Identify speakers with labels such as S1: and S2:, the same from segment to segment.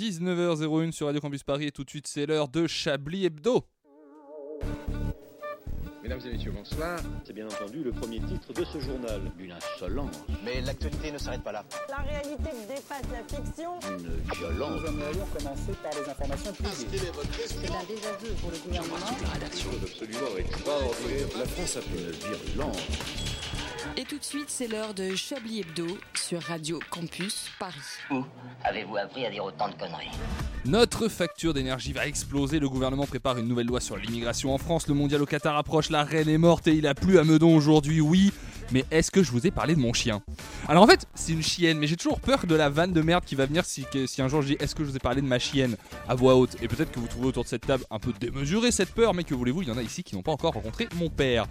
S1: 19h01 sur Radio Campus Paris et tout de suite c'est l'heure de Chablis Hebdo.
S2: Mesdames et messieurs, bonsoir.
S3: C'est bien entendu le premier titre de ce journal. Une insolence,
S4: Mais l'actualité ne s'arrête pas là.
S5: La réalité dépasse la fiction.
S3: une violence.
S6: aimerions commencer par les informations privées.
S5: C'est un désaveu pour le gouvernement.
S7: Et tout de suite, c'est l'heure de Chablis Hebdo sur Radio Campus Paris.
S4: Où avez-vous appris à dire autant de conneries
S1: Notre facture d'énergie va exploser, le gouvernement prépare une nouvelle loi sur l'immigration en France, le mondial au Qatar approche, la reine est morte et il a plu à Meudon aujourd'hui, oui. Mais est-ce que je vous ai parlé de mon chien Alors en fait, c'est une chienne, mais j'ai toujours peur de la vanne de merde qui va venir si, que- si un jour je dis est-ce que je vous ai parlé de ma chienne à voix haute. Et peut-être que vous trouvez autour de cette table un peu démesurée cette peur, mais que voulez-vous, il y en a ici qui n'ont pas encore rencontré mon père.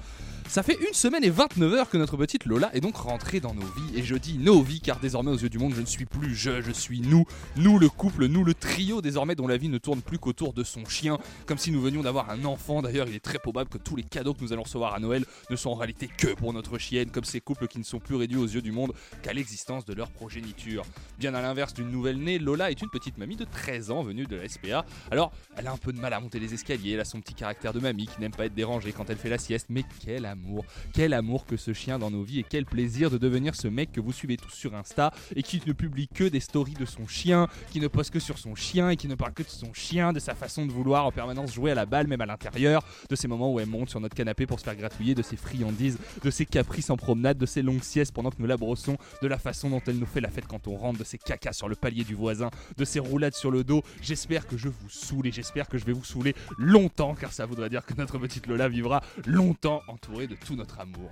S1: Ça fait une semaine et 29 heures que notre petite Lola est donc rentrée dans nos vies, et je dis nos vies car désormais aux yeux du monde je ne suis plus je, je suis nous, nous le couple, nous le trio désormais dont la vie ne tourne plus qu'autour de son chien, comme si nous venions d'avoir un enfant. D'ailleurs, il est très probable que tous les cadeaux que nous allons recevoir à Noël ne sont en réalité que pour notre chienne, comme ces couples qui ne sont plus réduits aux yeux du monde qu'à l'existence de leur progéniture. Bien à l'inverse d'une nouvelle née, Lola est une petite mamie de 13 ans venue de la SPA. Alors, elle a un peu de mal à monter les escaliers, elle a son petit caractère de mamie qui n'aime pas être dérangée quand elle fait la sieste, mais quel amour, quel amour que ce chien dans nos vies et quel plaisir de devenir ce mec que vous suivez tous sur Insta et qui ne publie que des stories de son chien, qui ne poste que sur son chien et qui ne parle que de son chien, de sa façon de vouloir en permanence jouer à la balle même à l'intérieur, de ces moments où elle monte sur notre canapé pour se faire gratouiller, de ses friandises, de ses caprices en promenade, de ses longues siestes pendant que nous la brossons, de la façon dont elle nous fait la fête quand on rentre, de ses cacas sur le palier du voisin, de ses roulades sur le dos. J'espère que je vous saoule et j'espère que je vais vous saouler longtemps car ça voudra dire que notre petite Lola vivra longtemps entourée de tout notre amour.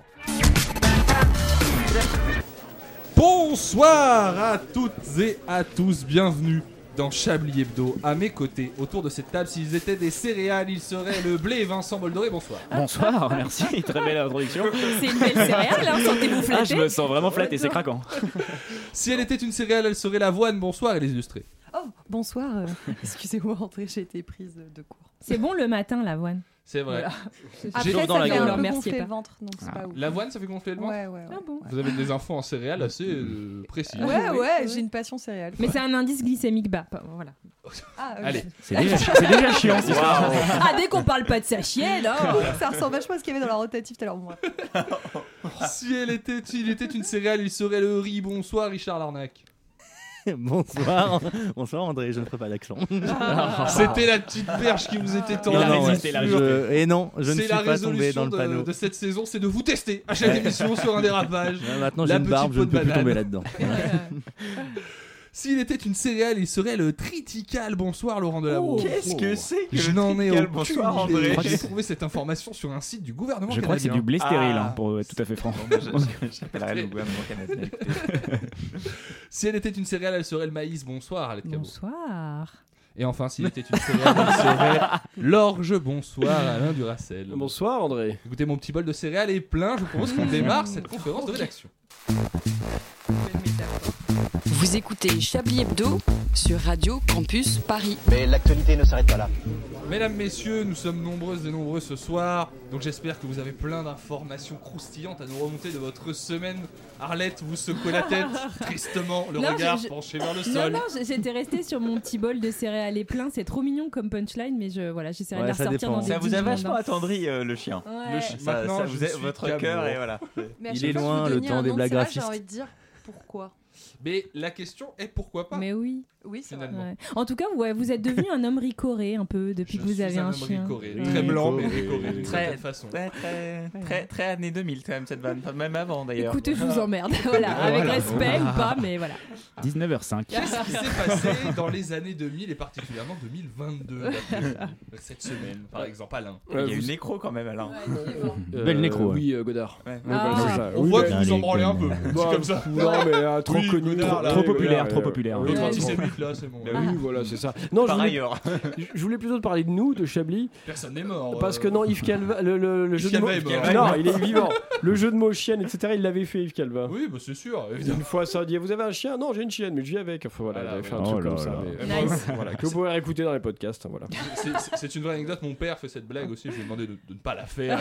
S1: Bonsoir à toutes et à tous, bienvenue dans Chablis Hebdo. À mes côtés, autour de cette table, s'ils étaient des céréales, ils seraient le blé et Vincent Boldoré. Bonsoir.
S8: Bonsoir, merci, très belle introduction.
S7: C'est une belle céréale, hein, sentez-vous
S8: Ah, je
S7: flatté.
S8: me sens vraiment flatté, c'est craquant.
S1: Si elle était une céréale, elle serait l'avoine. Bonsoir et les illustrés.
S9: Oh, bonsoir. euh, Excusez-moi, André, j'ai été prise de court.
S10: C'est bon le matin, l'avoine.
S1: C'est vrai.
S9: Après,
S1: toujours
S9: ça
S1: dans la
S9: fait
S1: gueule.
S9: un peu
S10: Merci,
S9: gonfler
S10: pas.
S9: le ventre, donc c'est
S8: Ah.
S9: pas ouf.
S1: L'avoine, ça fait gonfler le ventre
S9: Ouais, ouais, ouais.
S10: Ah bon
S1: Vous avez des infos en céréales assez euh, précises.
S9: Ouais,
S10: Oui.
S9: ouais, j'ai une passion céréale.
S10: Mais c'est un indice glycémique bas. pas- Voilà.
S9: Ah, ok.
S1: Allez,
S8: C'est déjà, c'est déjà chiant, c'est ça.
S10: Ah, dès qu'on parle pas de sa chienne, hein
S9: Ça ressemble vachement à ce qu'il y avait dans la rotative tout à l'heure. bon, bref.
S1: si elle était, il était une céréale, il serait le riz. Bonsoir, Richard Larnac.
S8: Bonsoir, bonsoir André, je ne ferai pas d'accent.
S9: Ah.
S1: C'était la petite perche qui vous était tendue.
S8: Non, non, ouais,
S1: Résistez, la
S8: je-
S1: résolution.
S8: Et non, je ne
S1: C'est
S8: suis
S1: la
S8: pas tombé
S1: résolution
S8: dans le
S1: de,
S8: panneau.
S1: de cette saison, c'est de vous tester à chaque émission sur un dérapage.
S8: Là, Maintenant
S1: La
S8: j'ai une
S1: petite
S8: barbe, je
S1: peau
S8: ne
S1: de
S8: peux plus
S1: banane.
S8: tomber là-dedans.
S1: S'il était une céréale, il serait le tritical. Bonsoir, Laurent Delamour.
S11: Oh, Qu'est-ce que c'est que
S1: Je
S11: le
S1: n'en ai
S11: trical
S1: aucune
S11: Bonsoir
S1: idée.
S11: André.
S1: Je crois que J'ai trouvé cette information sur un site du gouvernement
S8: Je crois que c'est du
S1: canadien.
S8: blé stérile,
S11: Ah.
S8: hein, pour être tout à fait franc.
S11: Bon, bah, je- je- J'appellerai le gouvernement canadien. écoutez.
S1: Si elle était une céréale, elle serait le maïs. Bonsoir, Alette Cabot.
S10: Bonsoir.
S1: Et enfin, s'il était une céréale, il serait l'orge. Bonsoir, Alain Duracel.
S8: Bonsoir André.
S1: Écoutez, mon petit bol de céréales est plein. Je vous propose qu'on démarre cette conférence de rédaction.
S7: Vous écoutez Chablis Hebdo sur Radio Campus Paris.
S4: Mais l'actualité ne s'arrête pas là.
S1: Mesdames, messieurs, nous sommes nombreuses et nombreux ce soir. Donc j'espère que vous avez plein d'informations croustillantes à nous remonter de votre semaine. Arlette, vous secouez la tête tristement, le
S10: Non,
S1: regard
S10: je- je-
S1: penché vers le
S10: Non,
S1: sol.
S10: non, j- j'étais restée sur mon petit bol de céréales et plein. C'est trop mignon comme punchline, mais je, voilà, j'essaierai
S8: Ouais,
S10: de la
S8: ça
S10: ressortir
S8: dépend.
S10: dans des
S11: Ça vous a
S10: dix
S11: vachement
S10: secondes,
S11: attendri euh, le chien.
S10: hein. Ouais.
S1: Le ch-
S11: Ça,
S1: Maintenant,
S11: ça
S1: je
S11: vous est-
S1: suis
S11: votre
S1: Cameron.
S11: cœur et voilà.
S9: Mais à
S8: Il
S9: chaque
S8: est
S9: fois que
S8: loin,
S9: vous
S8: le
S9: donniez
S8: temps
S9: un
S8: des
S9: nom de
S8: blagues
S9: céréale,
S11: hein.
S8: racistes.
S9: J'ai envie de dire pourquoi.
S1: Mais la question est pourquoi pas
S10: Mais oui.
S9: Oui, c'est vrai.
S1: Finalement.
S10: ouais. En tout cas, ouais, vous êtes devenu un homme ricoré un peu depuis
S1: Je
S10: que vous
S1: suis
S10: avez
S1: un,
S10: un,
S1: homme
S10: chien.
S1: ricoré.
S10: Ouais.
S1: Très blanc, mais
S8: Ricoré.
S1: ricoré d'une
S11: Très-
S1: certaine façon.
S11: Très, très, très, très années 2000 quand même cette vanne. Enfin, Même avant d'ailleurs.
S10: Écoutez, je vous emmerde. voilà, avec
S8: Voilà.
S10: respect ou pas, mais voilà.
S8: 19h05.
S1: Qu'est-ce qui s'est passé dans les années 2000 et particulièrement 2022 d'après vous Cette semaine, par exemple, Alain.
S11: Il y a eu Nécro quand même Alain.
S12: Euh,
S8: Belle nécro. Euh, Oui,
S13: Ah.
S12: Ah.
S1: On voit que
S8: bah,
S1: vous en
S8: les
S1: branlez un peu. C'est comme ça.
S8: euh, trop
S1: Oui,
S8: connu,
S1: Godard,
S8: trop,
S1: là,
S8: trop
S1: oui,
S8: populaire,
S1: Godard,
S8: trop populaire. Bah
S1: L'autre
S10: Ouais.
S1: antisémite là, c'est bon.
S11: Mais oui,
S8: voilà, c'est ça.
S11: Par ailleurs.
S8: Je voulais plutôt parler de nous, de Chablis.
S1: Personne n'est mort. euh.
S8: Parce que non, Yves Calva, le, le- le jeu de mots.
S1: Calva est mort.
S8: Non, il est vivant. Le jeu de mots chienne, etc. Il l'avait fait, Yves Calva.
S1: Oui, bah c'est sûr, évidemment. Ah
S8: Une fois, ça dit Vous avez un chien Non, j'ai une chienne, mais je vis avec. Enfin voilà,
S1: Voilà,
S8: il avait fait un
S1: ouais.
S13: Oh
S8: truc comme ça. mais-
S1: Et moi, voilà,
S8: Que vous pouvez réécouter dans les podcasts. hein, Voilà.
S1: c'est- c'est- C'est une vraie anecdote. Mon père fait cette blague aussi. Je lui ai demandé de, de ne pas la faire.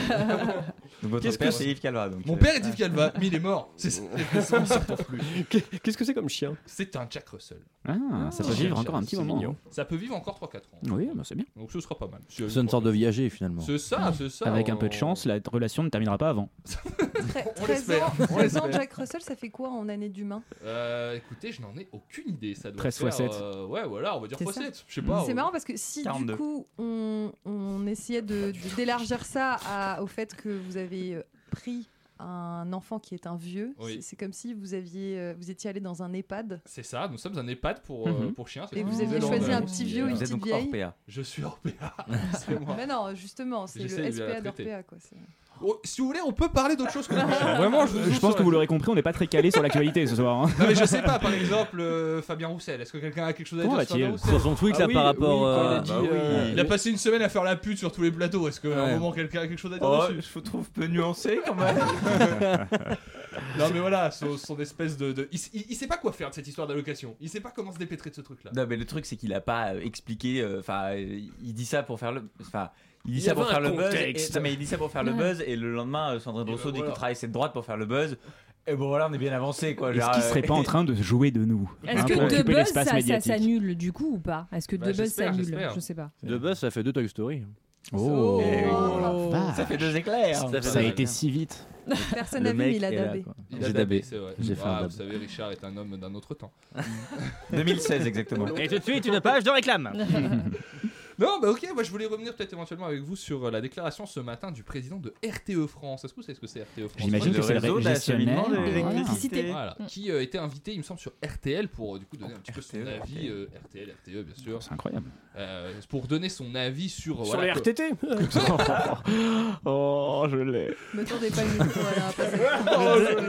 S11: Votre
S1: Qu'est-ce
S11: père
S1: que-
S11: c'est Yves Calva. donc,
S1: Mon
S11: euh,
S1: père est Yves Calva, mais il est mort. C'est ça. Ils s'en sortent plus.
S8: Qu'est- Qu'est-ce que c'est comme chien
S1: C'est un Jack Russell.
S2: Ah, ça peut vivre encore un petit moment.
S1: Ça peut vivre encore 3-4 ans.
S2: Oui, bah, c'est bien.
S1: Donc ce sera pas mal.
S2: C'est une sorte de viager finalement.
S1: C'est ça, c'est ça.
S2: Avec un peu de
S1: on-
S2: chance, la relation ne terminera pas avant.
S9: Très-
S1: On
S9: 13
S1: l'espère,
S9: ans,
S1: on
S9: 13 ans,
S1: l'espère.
S9: Jack Russell, ça fait quoi en année d'humain
S1: Euh, écoutez, je n'en ai aucune idée. Ça doit
S2: 13
S1: faire,
S2: fois sept.
S1: euh, ouais, voilà, on va dire
S9: C'est
S1: x
S9: ça.
S1: 7. Je sais pas. euh,
S9: C'est
S1: on-
S9: marrant parce que si
S11: 42.
S9: du coup on, on essayait de- de- d'élargir ça à- au fait que vous avez euh, pris un enfant qui est un vieux,
S1: Oui.
S9: c'est- c'est comme si vous aviez euh, vous étiez allé dans un EHPAD
S1: C'est ça, nous sommes un EHPAD pour, euh,
S2: Mhm.
S1: pour chiens. c'est
S9: et
S1: ce que
S9: vous
S1: je disais
S9: aviez
S1: dans
S9: choisi
S1: le-
S9: un petit vieux ou une
S13: Vous êtes
S9: petite
S13: donc
S9: vieille.
S13: hors PA.
S1: euh, Je suis RPA, c'est moi.
S9: Mais non, justement, c'est
S1: J'essaie de
S9: le
S1: la
S9: SPA
S1: traiter.
S9: d'RPA quoi. c'est-
S1: Oh, si vous voulez, on peut parler d'autre chose que moi. Ah, Vraiment, je,
S2: Je pense que vous l'aurez compris, on n'est pas très calé sur l'actualité ce soir. hein.
S1: Non, mais je sais pas, par exemple, euh, Fabien Roussel. Est-ce que quelqu'un a quelque chose à
S2: Comment
S1: dire sur Fabien
S2: va-t-il
S1: Roussel
S8: Sur son tweet
S2: Ah
S8: là
S2: oui,
S8: par
S2: oui,
S8: rapport.
S2: quand il a
S8: euh,
S2: dit,
S8: bah oui.
S2: euh,
S1: Il a passé une semaine à faire la pute sur tous les plateaux. Est-ce qu'à un
S8: Ouais.
S1: moment, quelqu'un a quelque chose à dire
S11: Oh,
S1: dessus
S11: je vous trouve peu nuancé quand même.
S1: Non, mais voilà, son, son espèce de. de- Il, il- il sait pas quoi faire de cette histoire d'allocation. Il sait pas comment se dépêtrer de ce truc-là.
S13: Non, mais le truc, c'est qu'il a pas euh, expliqué. euh, Enfin, euh, il dit ça pour faire le. Enfin. Il dit,
S2: Il
S13: ça
S2: avait
S13: pour
S2: un
S13: faire le buzz, et,
S2: contexte.
S13: non, mais il dit ça pour faire le
S10: Ouais.
S13: buzz, et le lendemain, euh, Sandrine
S1: Et
S13: Rousseau
S1: ben
S13: dit
S1: voilà.
S13: qu'il travaille cette droite pour faire le buzz. Et bon, voilà, on est bien avancé, quoi.
S2: Est-ce
S13: genre,
S2: qu'il
S13: euh,
S2: serait pas en train de jouer de nous
S10: Est-ce
S2: Hein,
S10: que
S2: pour
S10: De
S2: occuper
S10: Buzz,
S2: l'espace
S10: ça, ça
S2: médiatique.
S10: s'annule du coup ou pas Est-ce que
S1: Bah,
S10: De Buzz
S1: j'espère,
S10: s'annule
S1: j'espère.
S10: Je sais pas.
S8: De buzz, ça fait deux Toy Story.
S2: Oh,
S13: Eh oui.
S2: la vache.
S13: Ça fait deux éclairs.
S8: Ça
S2: Ça a été si vite.
S9: Personne
S13: Le
S9: n'a vu,
S13: mec
S9: mais il a
S13: est là,
S9: dabé.
S13: quoi.
S1: Il
S2: J'ai
S1: a
S2: dabé.
S1: dabé, c'est vrai.
S2: J'ai fait un
S1: Ah,
S2: dab.
S1: Vous savez, Richard est un homme d'un autre temps.
S13: 2016 exactement.
S8: Et tout de suite, une page de réclame.
S1: Non, bah ok, moi je voulais revenir peut-être éventuellement avec vous sur euh, la déclaration ce matin du président de RTE France. Est-ce que vous savez ce que c'est RTE France Moi, je
S2: J'imagine que
S1: le
S2: c'est le
S1: ré-
S13: réseau
S2: gestionnaire. Ah,
S11: d'acheminement de
S2: Voilà.
S11: l'électricité.
S1: Voilà, qui euh, était invité, il me semble, sur RTL pour euh, du coup donner un petit peu son
S2: E,
S1: avis. euh, RTL, RTE, bien sûr.
S2: C'est incroyable.
S1: Euh, pour donner son avis sur. euh,
S2: Sur
S1: voilà,
S2: les
S1: quoi.
S2: RTT Oh, je l'ai.
S9: Me tournez pas le micro,
S10: hein,
S9: voilà,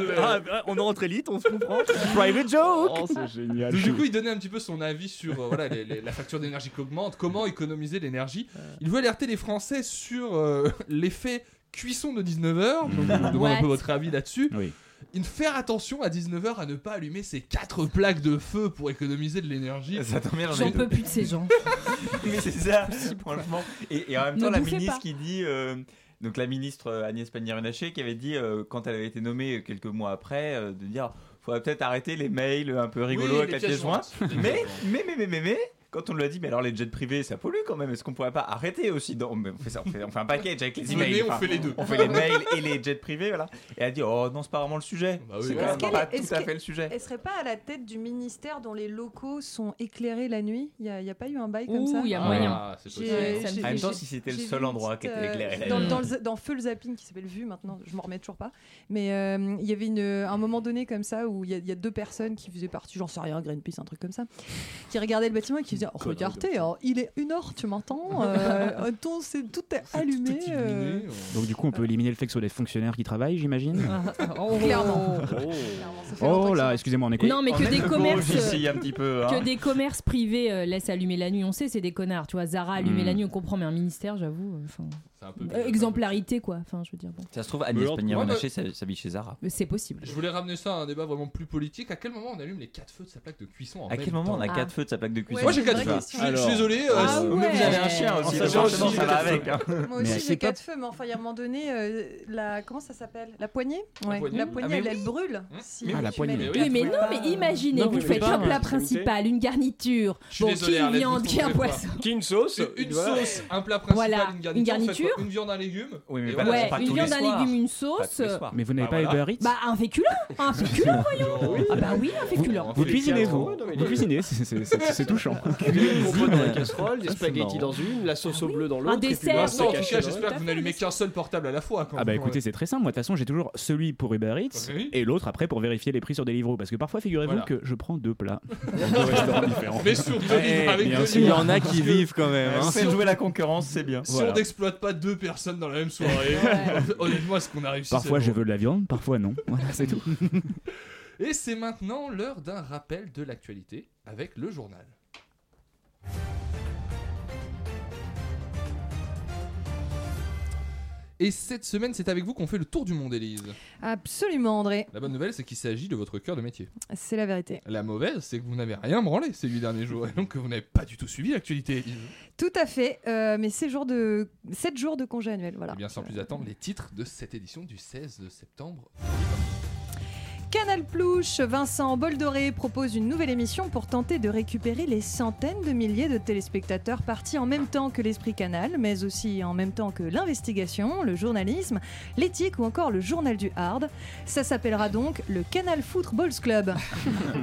S9: passez.
S8: Ah, bah, on est entre élites, on se comprend. Private joke.
S2: Oh, c'est génial.
S1: Donc, du coup, il donnait un petit peu son avis sur euh, voilà, les- les- la facture d'énergie qui augmente, comment économiser l'énergie. Il veut alerter les Français sur euh, l'effet cuisson de 19h. Donc, je vous demande un peu
S10: What
S1: votre avis là-dessus.
S2: Oui.
S1: Il- Faire attention à 19h à ne pas allumer ces quatre plaques de feu pour économiser de l'énergie.
S13: Ça tombe bien, j'en ai
S10: J'en
S13: deux.
S10: peux plus de ces gens.
S13: Mais c'est ça, franchement. Et, et en même
S10: Ne
S13: temps, la
S10: bouffez
S13: ministre
S10: pas.
S13: qui dit. euh, donc la ministre euh, Agnès Pannier-Runacher qui avait dit, euh, quand elle avait été nommée euh, quelques mois après, euh, de dire faudrait peut-être arrêter les mails un peu rigolos
S1: Oui,
S13: avec
S1: les
S13: la pièce
S1: pièces
S13: jointe.
S1: jointes.
S13: Mais, mais, mais, mais, mais, mais, quand on lui a dit, mais alors les jets privés ça pollue quand même, est-ce qu'on pourrait pas arrêter aussi Non, mais on, fait ça, on, fait, on fait un package avec les emails.
S1: Venez, on
S13: enfin,
S1: fait les deux.
S13: on fait les mails et les jets privés, voilà. Et elle a dit, oh non, c'est pas vraiment le sujet.
S1: Bah oui,
S13: c'est
S1: voilà.
S13: quand
S9: Est-ce
S13: même pas
S9: qu'elle-
S13: tout
S9: est-ce
S13: à
S9: que-
S13: fait le sujet.
S9: Elle serait pas à la tête du ministère dont les locaux sont éclairés la nuit Il n'y a, y a pas eu un bail comme ça
S10: Ouh, il y a
S1: Ah,
S10: moyen.
S1: c'est
S9: J'ai-
S1: possible.
S10: ça me
S9: j'ai-
S13: En même temps,
S9: j'ai-
S13: si c'était le
S9: j'ai
S13: seul
S9: vu une
S13: endroit qui
S9: petite,
S13: était éclairé la
S9: euh, Dans,
S10: nuit.
S9: dans le, dans Feu le Zapping, qui s'appelle Vue maintenant, je m'en remets toujours pas. Mais euh, il y avait une, un moment donné comme ça où il y, a- il y a deux personnes qui faisaient partie, j'en sais rien, Greenpeace, un truc comme ça, qui regardaient le bâtiment et qui disaient Oh, Regardez, alors, il est une heure, tu m'entends Euh, ton- c'est- Tout est allumé.
S1: Tout
S9: euh.
S1: illuminé,
S2: Donc du coup, on peut éliminer le fait que ce soit des fonctionnaires qui travaillent, j'imagine.
S9: Ah,
S1: Oh.
S9: Clairement.
S2: Oh là, excusez-moi, on est quoi
S10: Non, mais que des commerces. euh,
S13: ici un petit
S1: Euh,
S13: peu. hein.
S10: Que des commerces privés euh, laissent allumer la nuit, on sait, c'est des connards. Tu vois, Zara allumer
S2: Hmm.
S10: la nuit, on comprend, mais un ministère, j'avoue. euh, enfin,
S1: c'est un peu
S10: euh, exemplarité, quoi. Enfin, je veux dire, bon.
S13: Ça se trouve,
S1: Mais
S13: Agnès
S1: alors,
S13: Pannier-Runacher s'ha- s'habille chez Zara.
S10: Mais C'est possible.
S1: Je voulais ramener ça à un débat vraiment plus politique. À quel moment on allume les quatre feux de sa plaque de cuisson en
S13: À
S1: même
S13: quel moment on a
S10: temps.
S13: quatre feux de sa plaque de cuisson
S1: Moi Ah. j'ai
S9: Ouais,
S1: quatre
S9: c'est
S1: feux.
S9: vrai
S1: Je
S9: question.
S1: suis- Je suis désolé. euh,
S9: Ah
S1: c'est-
S9: ouais.
S13: Mais vous avez un chien aussi,
S1: Ah,
S13: donc
S1: ça,
S13: forcément,
S1: j'ai
S13: ça va
S1: quatre
S13: avec. hein.
S9: Moi
S2: Mais
S9: aussi,
S2: elle
S9: j'ai
S2: sait pas-
S9: quatre feux, mais enfin, il y a un moment donné, euh, la... comment ça s'appelle La poignée
S1: La poignée.
S9: La
S13: Ah, mais
S9: poignée, elle, elle brûle.
S1: Mmh.
S9: Si
S2: Ah, la
S9: tu
S2: poignée.
S9: mets les
S10: Oui,
S1: Mais
S9: quatre
S10: Hein? mais
S9: feux,
S10: non,
S9: pas-
S10: mais imaginez,
S6: Non,
S10: vous
S6: mais
S10: faites
S6: pas,
S10: un plat
S6: euh,
S10: principal, une garniture.
S1: Je suis
S10: Bon,
S1: désolé,
S10: qui une
S1: Arlette,
S10: viande,
S1: vous
S10: qui un
S1: comprenez pas.
S10: poisson.
S6: Qui une sauce
S1: Une sauce, un plat principal,
S10: Voilà,
S1: une
S10: une
S1: garniture,
S10: garniture.
S1: une viande, un légume.
S13: Oui, mais
S1: Et
S13: pas-
S1: voilà.
S10: Ouais,
S13: pas
S10: une
S13: tous
S10: viande,
S13: les
S10: un
S13: soirs.
S10: légume, une
S13: Pas
S10: sauce.
S13: tous les soirs.
S2: Mais vous n'avez
S13: Ah,
S2: pas
S13: voilà.
S2: Uber Eats
S10: Bah, un féculent Un féculent, voyons Ah, bah oui, un féculent.
S2: Vous
S1: les
S2: cuisinez,
S1: quatre,
S2: vous
S6: non, mais
S2: Vous
S6: les-
S2: cuisinez, c'est- c'est c'est- c'est touchant.
S6: Une compote dans la casserole, des
S2: Ça, c'est
S6: spaghettis
S2: marrant.
S6: dans une, la sauce au bleu dans l'autre.
S10: Un
S6: et puis
S10: dessert.
S6: le reste,
S1: Vincent, en
S6: c'est
S1: tout
S6: caché
S1: cas,
S6: dans
S1: j'espère que vous n'allumez qu'un seul portable à la fois. quand
S2: Ah bah
S1: vous-
S2: écoutez, c'est très simple. Moi, de toute façon, j'ai toujours celui pour Uber Eats
S1: Oui.
S2: et l'autre après pour vérifier les prix sur Deliveroo. Parce que parfois, figurez-vous
S1: Voilà.
S2: que je prends deux plats dans deux restaurants différents.
S1: Mais surtout, avec
S8: Eh, Bien
S1: deux
S8: sûr, il y
S1: livres,
S8: en a
S1: parce
S8: qui
S1: que
S8: vivent quand même. hein.
S13: Si on jouait la concurrence, c'est bien.
S1: Si
S2: Voilà.
S1: on n'exploite pas deux personnes dans la même soirée, honnêtement, est-ce qu'on a réussi
S2: Parfois,
S1: Ah c'est
S2: je
S1: bon.
S2: veux de la viande, parfois non. Voilà, c'est tout.
S1: Et c'est maintenant l'heure d'un rappel de l'actualité avec le journal. Et cette semaine, c'est avec vous qu'on fait le tour du monde, Élise.
S9: Absolument, André.
S1: La bonne nouvelle, c'est qu'il s'agit de votre cœur de métier.
S9: C'est la vérité.
S1: La mauvaise, c'est que vous n'avez rien branlé ces huit derniers jours, et donc que vous n'avez pas du tout suivi l'actualité, Élise.
S9: Tout à fait. euh, mais c'est jours de 7 jours de congé annuel,
S1: Eh
S9: voilà.
S1: Et bien sans plus attendre, les titres de cette édition du 16 septembre.
S9: Can Canal Plouche, Vincent Boldoré propose une nouvelle émission pour tenter de récupérer les centaines de milliers de téléspectateurs partis en même temps que l'Esprit Canal, mais aussi en même temps que l'investigation, le journalisme, l'éthique ou encore le journal du hard. Ça s'appellera donc le Canal Foot Balls Club.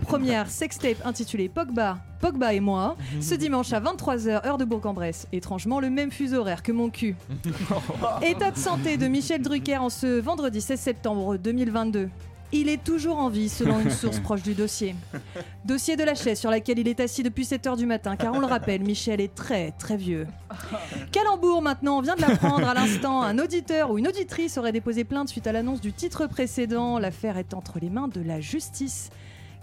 S9: Première sextape intitulée Pogba, Pogba et moi, ce dimanche à 23h, heure de Bourg-en-Bresse. Étrangement, le même fuseau horaire que mon cul. État de santé de Michel Drucker en ce vendredi 16 septembre 2022. Il est toujours en vie, selon une source proche du dossier. Dossier de la chaise sur laquelle il est assis depuis 7h du matin, car on le rappelle, Michel est très, très vieux. Calembour maintenant, on vient de l'apprendre à l'instant. Un auditeur ou une auditrice aurait déposé plainte suite à l'annonce du titre précédent. L'affaire est entre les mains de la justice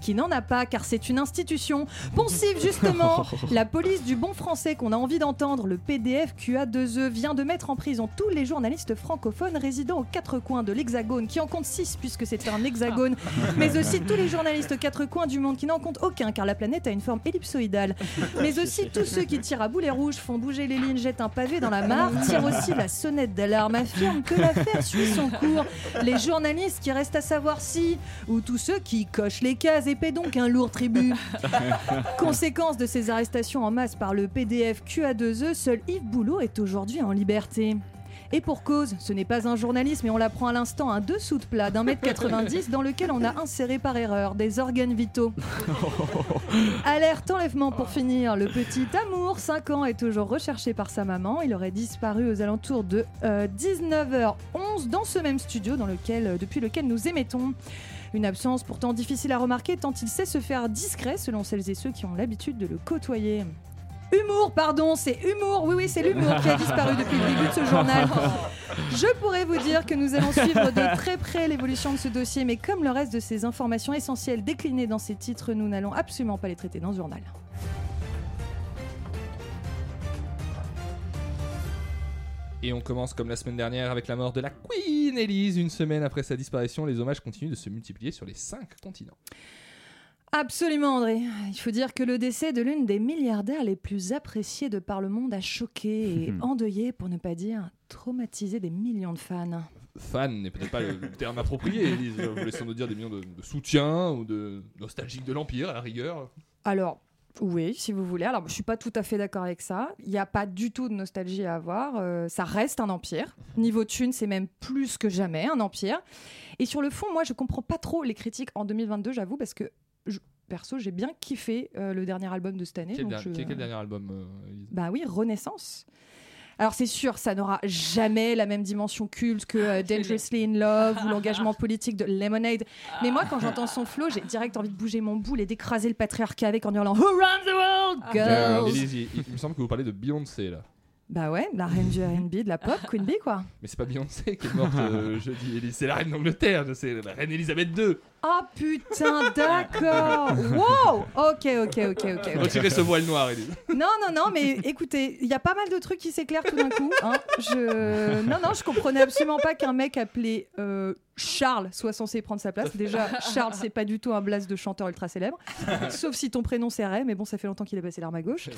S9: qui n'en a pas car c'est une institution. Poncif justement, la police du bon français qu'on a envie d'entendre, le PDF QA2E, E, vient de mettre en prison tous les journalistes francophones résidant aux quatre coins de l'Hexagone, qui en compte six puisque c'est un hexagone, mais aussi tous les journalistes aux quatre coins du monde qui n'en comptent aucun car la planète a une forme ellipsoïdale, mais aussi tous ceux qui tirent à boulet rouge, font bouger les lignes, jettent un pavé dans la mare, tirent aussi la sonnette d'alarme, affirment que l'affaire suit son cours. Les journalistes qui restent à savoir si, ou tous ceux qui cochent les cases et paient donc un lourd tribut. Conséquence de ces arrestations en masse par le PDF QA2E, E, seul Yves Boulot est aujourd'hui en liberté. Et pour cause, ce n'est pas un journaliste, mais on l'apprend à l'instant, un dessous de plat d'un mètre 90 dans lequel on a inséré par erreur des organes vitaux. Alerte enlèvement pour finir. Le petit Amour, 5 ans, est toujours recherché par sa maman. Il aurait disparu aux alentours de euh, 19h11 dans ce même studio dans lequel, euh, depuis lequel nous émettons. Une absence pourtant difficile à remarquer tant il sait se faire discret selon celles et ceux qui ont l'habitude de le côtoyer. Humour, pardon, c'est humour. Oui, oui, c'est l'humour qui a disparu depuis le début de ce journal. Je pourrais vous dire que nous allons suivre de très près l'évolution de ce dossier, mais comme le reste de ces informations essentielles déclinées dans ces titres, nous n'allons absolument pas les traiter dans ce journal.
S1: Et on commence comme la semaine dernière avec la mort de la Queen Elise. Une semaine après sa disparition, les hommages continuent de se multiplier sur les cinq continents.
S9: Absolument, André. Il faut dire que le décès de l'une des milliardaires les plus appréciées de par le monde a choqué et endeuillé, pour ne pas dire traumatisé des millions de fans.
S1: Fan n'est peut-être pas le le terme approprié, Elise. Vous voulez sans doute dire des millions de, de soutien ou de nostalgiques de l'Empire, à la rigueur.
S9: Alors, oui, si vous voulez. Alors, je suis pas tout à fait d'accord avec ça. Il n'y a pas du tout de nostalgie à avoir. Euh, ça reste un empire. Niveau thune, c'est même plus que jamais un empire. Et sur le fond, moi, je comprends pas trop les critiques en 2022, j'avoue, parce que je- perso, j'ai bien kiffé euh, le dernier album de cette année.
S1: Quel,
S9: donc
S1: dernier-
S9: je-
S1: quel- quel dernier album, euh, Elise
S9: bah oui, Renaissance. Alors c'est sûr, ça n'aura jamais la même dimension culte que euh, Dangerously in Love ou l'engagement politique de Lemonade. Mais moi, quand j'entends son flow, j'ai direct envie de bouger mon boule et d'écraser le patriarcat avec en hurlant Who runs the world,
S1: Euh,
S9: girls
S1: Élise, il, il- il me semble que vous parlez de Beyoncé là.
S9: Bah ouais, la reine du R&B, de la pop, Queen Bee quoi.
S1: Mais c'est pas Beyoncé qui est morte euh, jeudi, Élise. C'est la reine d'Angleterre, je sais, la reine Elisabeth II.
S9: Oh putain, d'accord. Wow. Ok, ok, ok, ok. ok.
S1: Retirez ce voile noir, Élise.
S9: Non, non, non, mais écoutez, il y a pas mal de trucs qui s'éclairent tout d'un coup. hein. Je... Non, non, je comprenais absolument pas qu'un mec appelé euh, Charles soit censé prendre sa place. Déjà, Charles, c'est pas du tout un blast de chanteur ultra célèbre. Sauf si ton prénom c'est Ray, mais bon, ça fait longtemps qu'il a passé l'arme à gauche.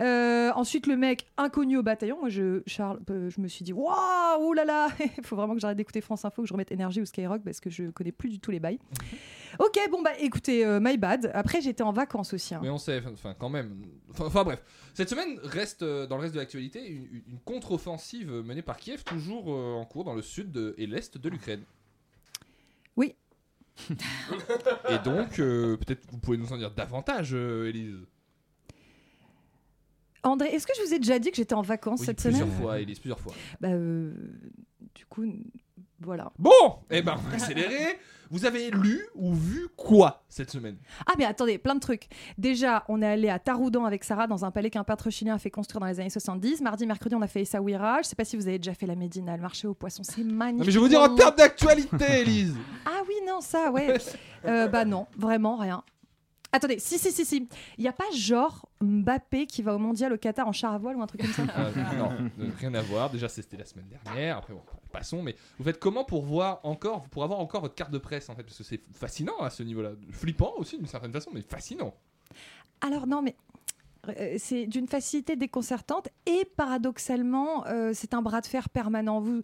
S9: Euh, ensuite, le mec inconnu au bataillon. Moi, je, Charles, euh, je me suis dit, waouh, oulala, il faut vraiment que j'arrête d'écouter France Info, que je remette énergie ou Skyrock parce que je connais plus du tout les bails. Ok, bon, bah écoutez, euh, my bad. Après, j'étais en vacances aussi. hein.
S1: Mais on sait, enfin quand même. Enfin, enfin, bref, cette semaine reste euh, dans le reste de l'actualité une, une- une contre-offensive euh, menée par Kiev, toujours euh, en cours dans le sud de- et l'est de l'Ukraine.
S9: Oui.
S1: Et donc, euh, peut-être que vous pouvez nous en dire davantage, euh, Élise.
S9: André, est-ce que je vous ai déjà dit que j'étais en vacances
S1: Oui,
S9: cette
S1: plusieurs
S9: semaine
S1: fois, Élise, plusieurs fois.
S9: Bah, euh, du coup, n- voilà.
S1: Bon, eh ben, on va accélérer. Vous avez lu ou vu quoi cette semaine
S9: Ah, mais attendez, plein de trucs. Déjà, on est allé à Taroudan avec Sarah dans un palais qu'un peintre chilien a fait construire dans les années 70. Mardi, mercredi, on a fait Essaouira. Je sais pas si vous avez déjà fait la Médina, le marché aux poissons, c'est magnifique.
S1: Non, mais je vais vous dire en termes d'actualité, Élise.
S9: Ah oui, non, ça, ouais. Euh, bah non, vraiment rien. Attendez, si, si, si, si. Il n'y a pas genre Mbappé qui va au mondial au Qatar en char à voile ou un truc comme ça
S1: Euh, non, euh, rien à voir. Déjà, c'était la semaine dernière. Après, bon, passons. Mais vous faites comment pour voir encore, pour avoir encore votre carte de presse en fait, parce que c'est hein, fascinant à ce niveau-là, flippant aussi d'une certaine façon, mais fascinant.
S9: Alors non, mais euh, c'est d'une facilité déconcertante et paradoxalement, euh, c'est un bras de fer permanent. Vous,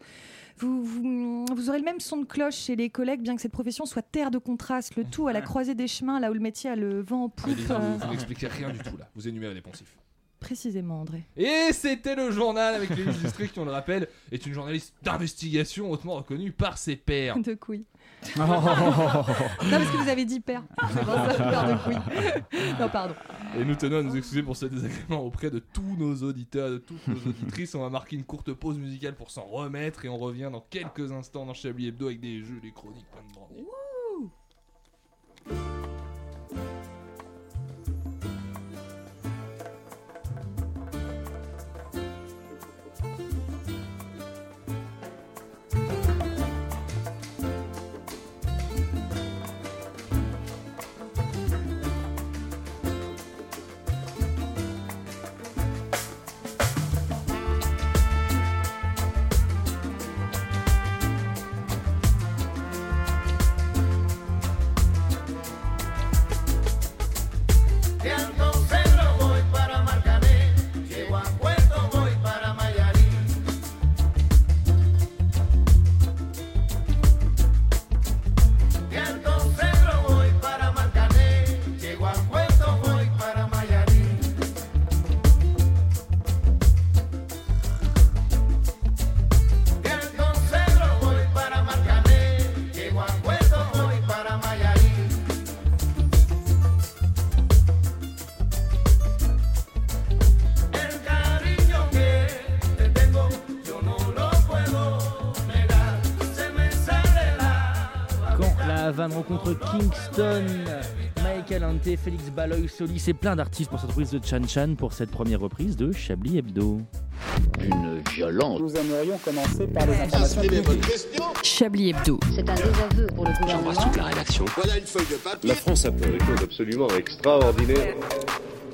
S9: vous, vous, vous aurez le même son de cloche chez les collègues, bien que cette profession soit terre de contraste, le tout à la croisée des chemins, là où le métier a le vent en poupe.
S1: Vous,
S9: euh,
S1: vous n'expliquez rien du tout là, vous énumérez des poncifs.
S9: précisément, André.
S1: Et c'était le journal avec les illustrés qui, on le rappelle, est une journaliste d'investigation hautement reconnue par ses pairs.
S9: De couilles. Non, parce que vous avez dit père. C'est pour ça, père de couilles. Non, pardon.
S1: Et nous tenons à nous excuser pour ce désagrément auprès de tous nos auditeurs, de toutes nos auditrices. On va marquer une courte pause musicale pour s'en remettre et on revient dans quelques instants dans Chablis Hebdo avec des jeux, des chroniques, plein de branlées.
S14: De Antocentro voy para Marcané, llego a Puerto, voy para Mayarí. De Antocentro voy para Marcané, llego a Puerto, voy para Mayarí. De Antocentro voy para Marcané, llego a Puerto, voy para Mayarí. El cariño que te tengo yo no lo puedo negar, se me sale la
S15: Quand la Havane rencontre Kingston, Michael Ante, Félix Baloy, Solis et plein d'artistes pour cette reprise de Chan Chan pour cette première reprise de Chablis Hebdo. Une violence.
S4: Nous aimerions commencer par les informations
S7: Chablis Hebdo.
S5: C'est un désaveu pour le gouvernement.
S15: la rédaction.
S4: Voilà une feuille de papier.
S1: La France a fait des choses absolument extraordinaires.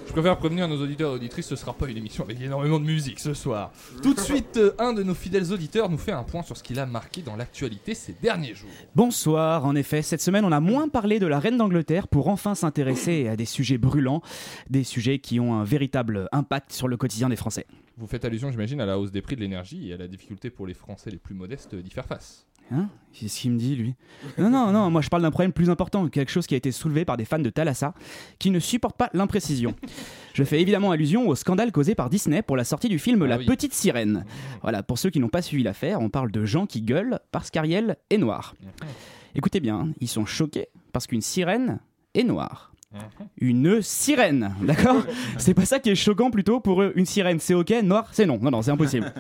S1: Je préfère prévenir nos auditeurs et auditrices, ce sera pas une émission avec énormément de musique ce soir. Tout de suite, euh, un de nos fidèles auditeurs nous fait un point sur ce qu'il a marqué dans l'actualité ces derniers jours.
S2: Bonsoir, en effet, cette semaine on a moins parlé de la reine d'Angleterre pour enfin s'intéresser à des sujets brûlants, des sujets qui ont un véritable impact sur le quotidien des Français.
S1: Vous faites allusion, j'imagine, à la hausse des prix de l'énergie et à la difficulté pour les Français les plus modestes d'y faire face.
S2: Hein C'est ce qu'il me dit, lui. Non, non, non, moi je parle d'un problème plus important, quelque chose qui a été soulevé par des fans de Thalassa, qui ne supportent pas l'imprécision. Je fais évidemment allusion au scandale causé par Disney pour la sortie du film La Petite Sirène. Voilà, pour ceux qui n'ont pas suivi l'affaire, on parle de gens qui gueulent parce qu'Ariel est noire. Écoutez bien, hein, ils sont choqués parce qu'une sirène est noire. Une sirène, d'accord C'est pas ça qui est choquant plutôt pour eux. Une sirène, c'est ok, noir, c'est non. Non, non, c'est impossible.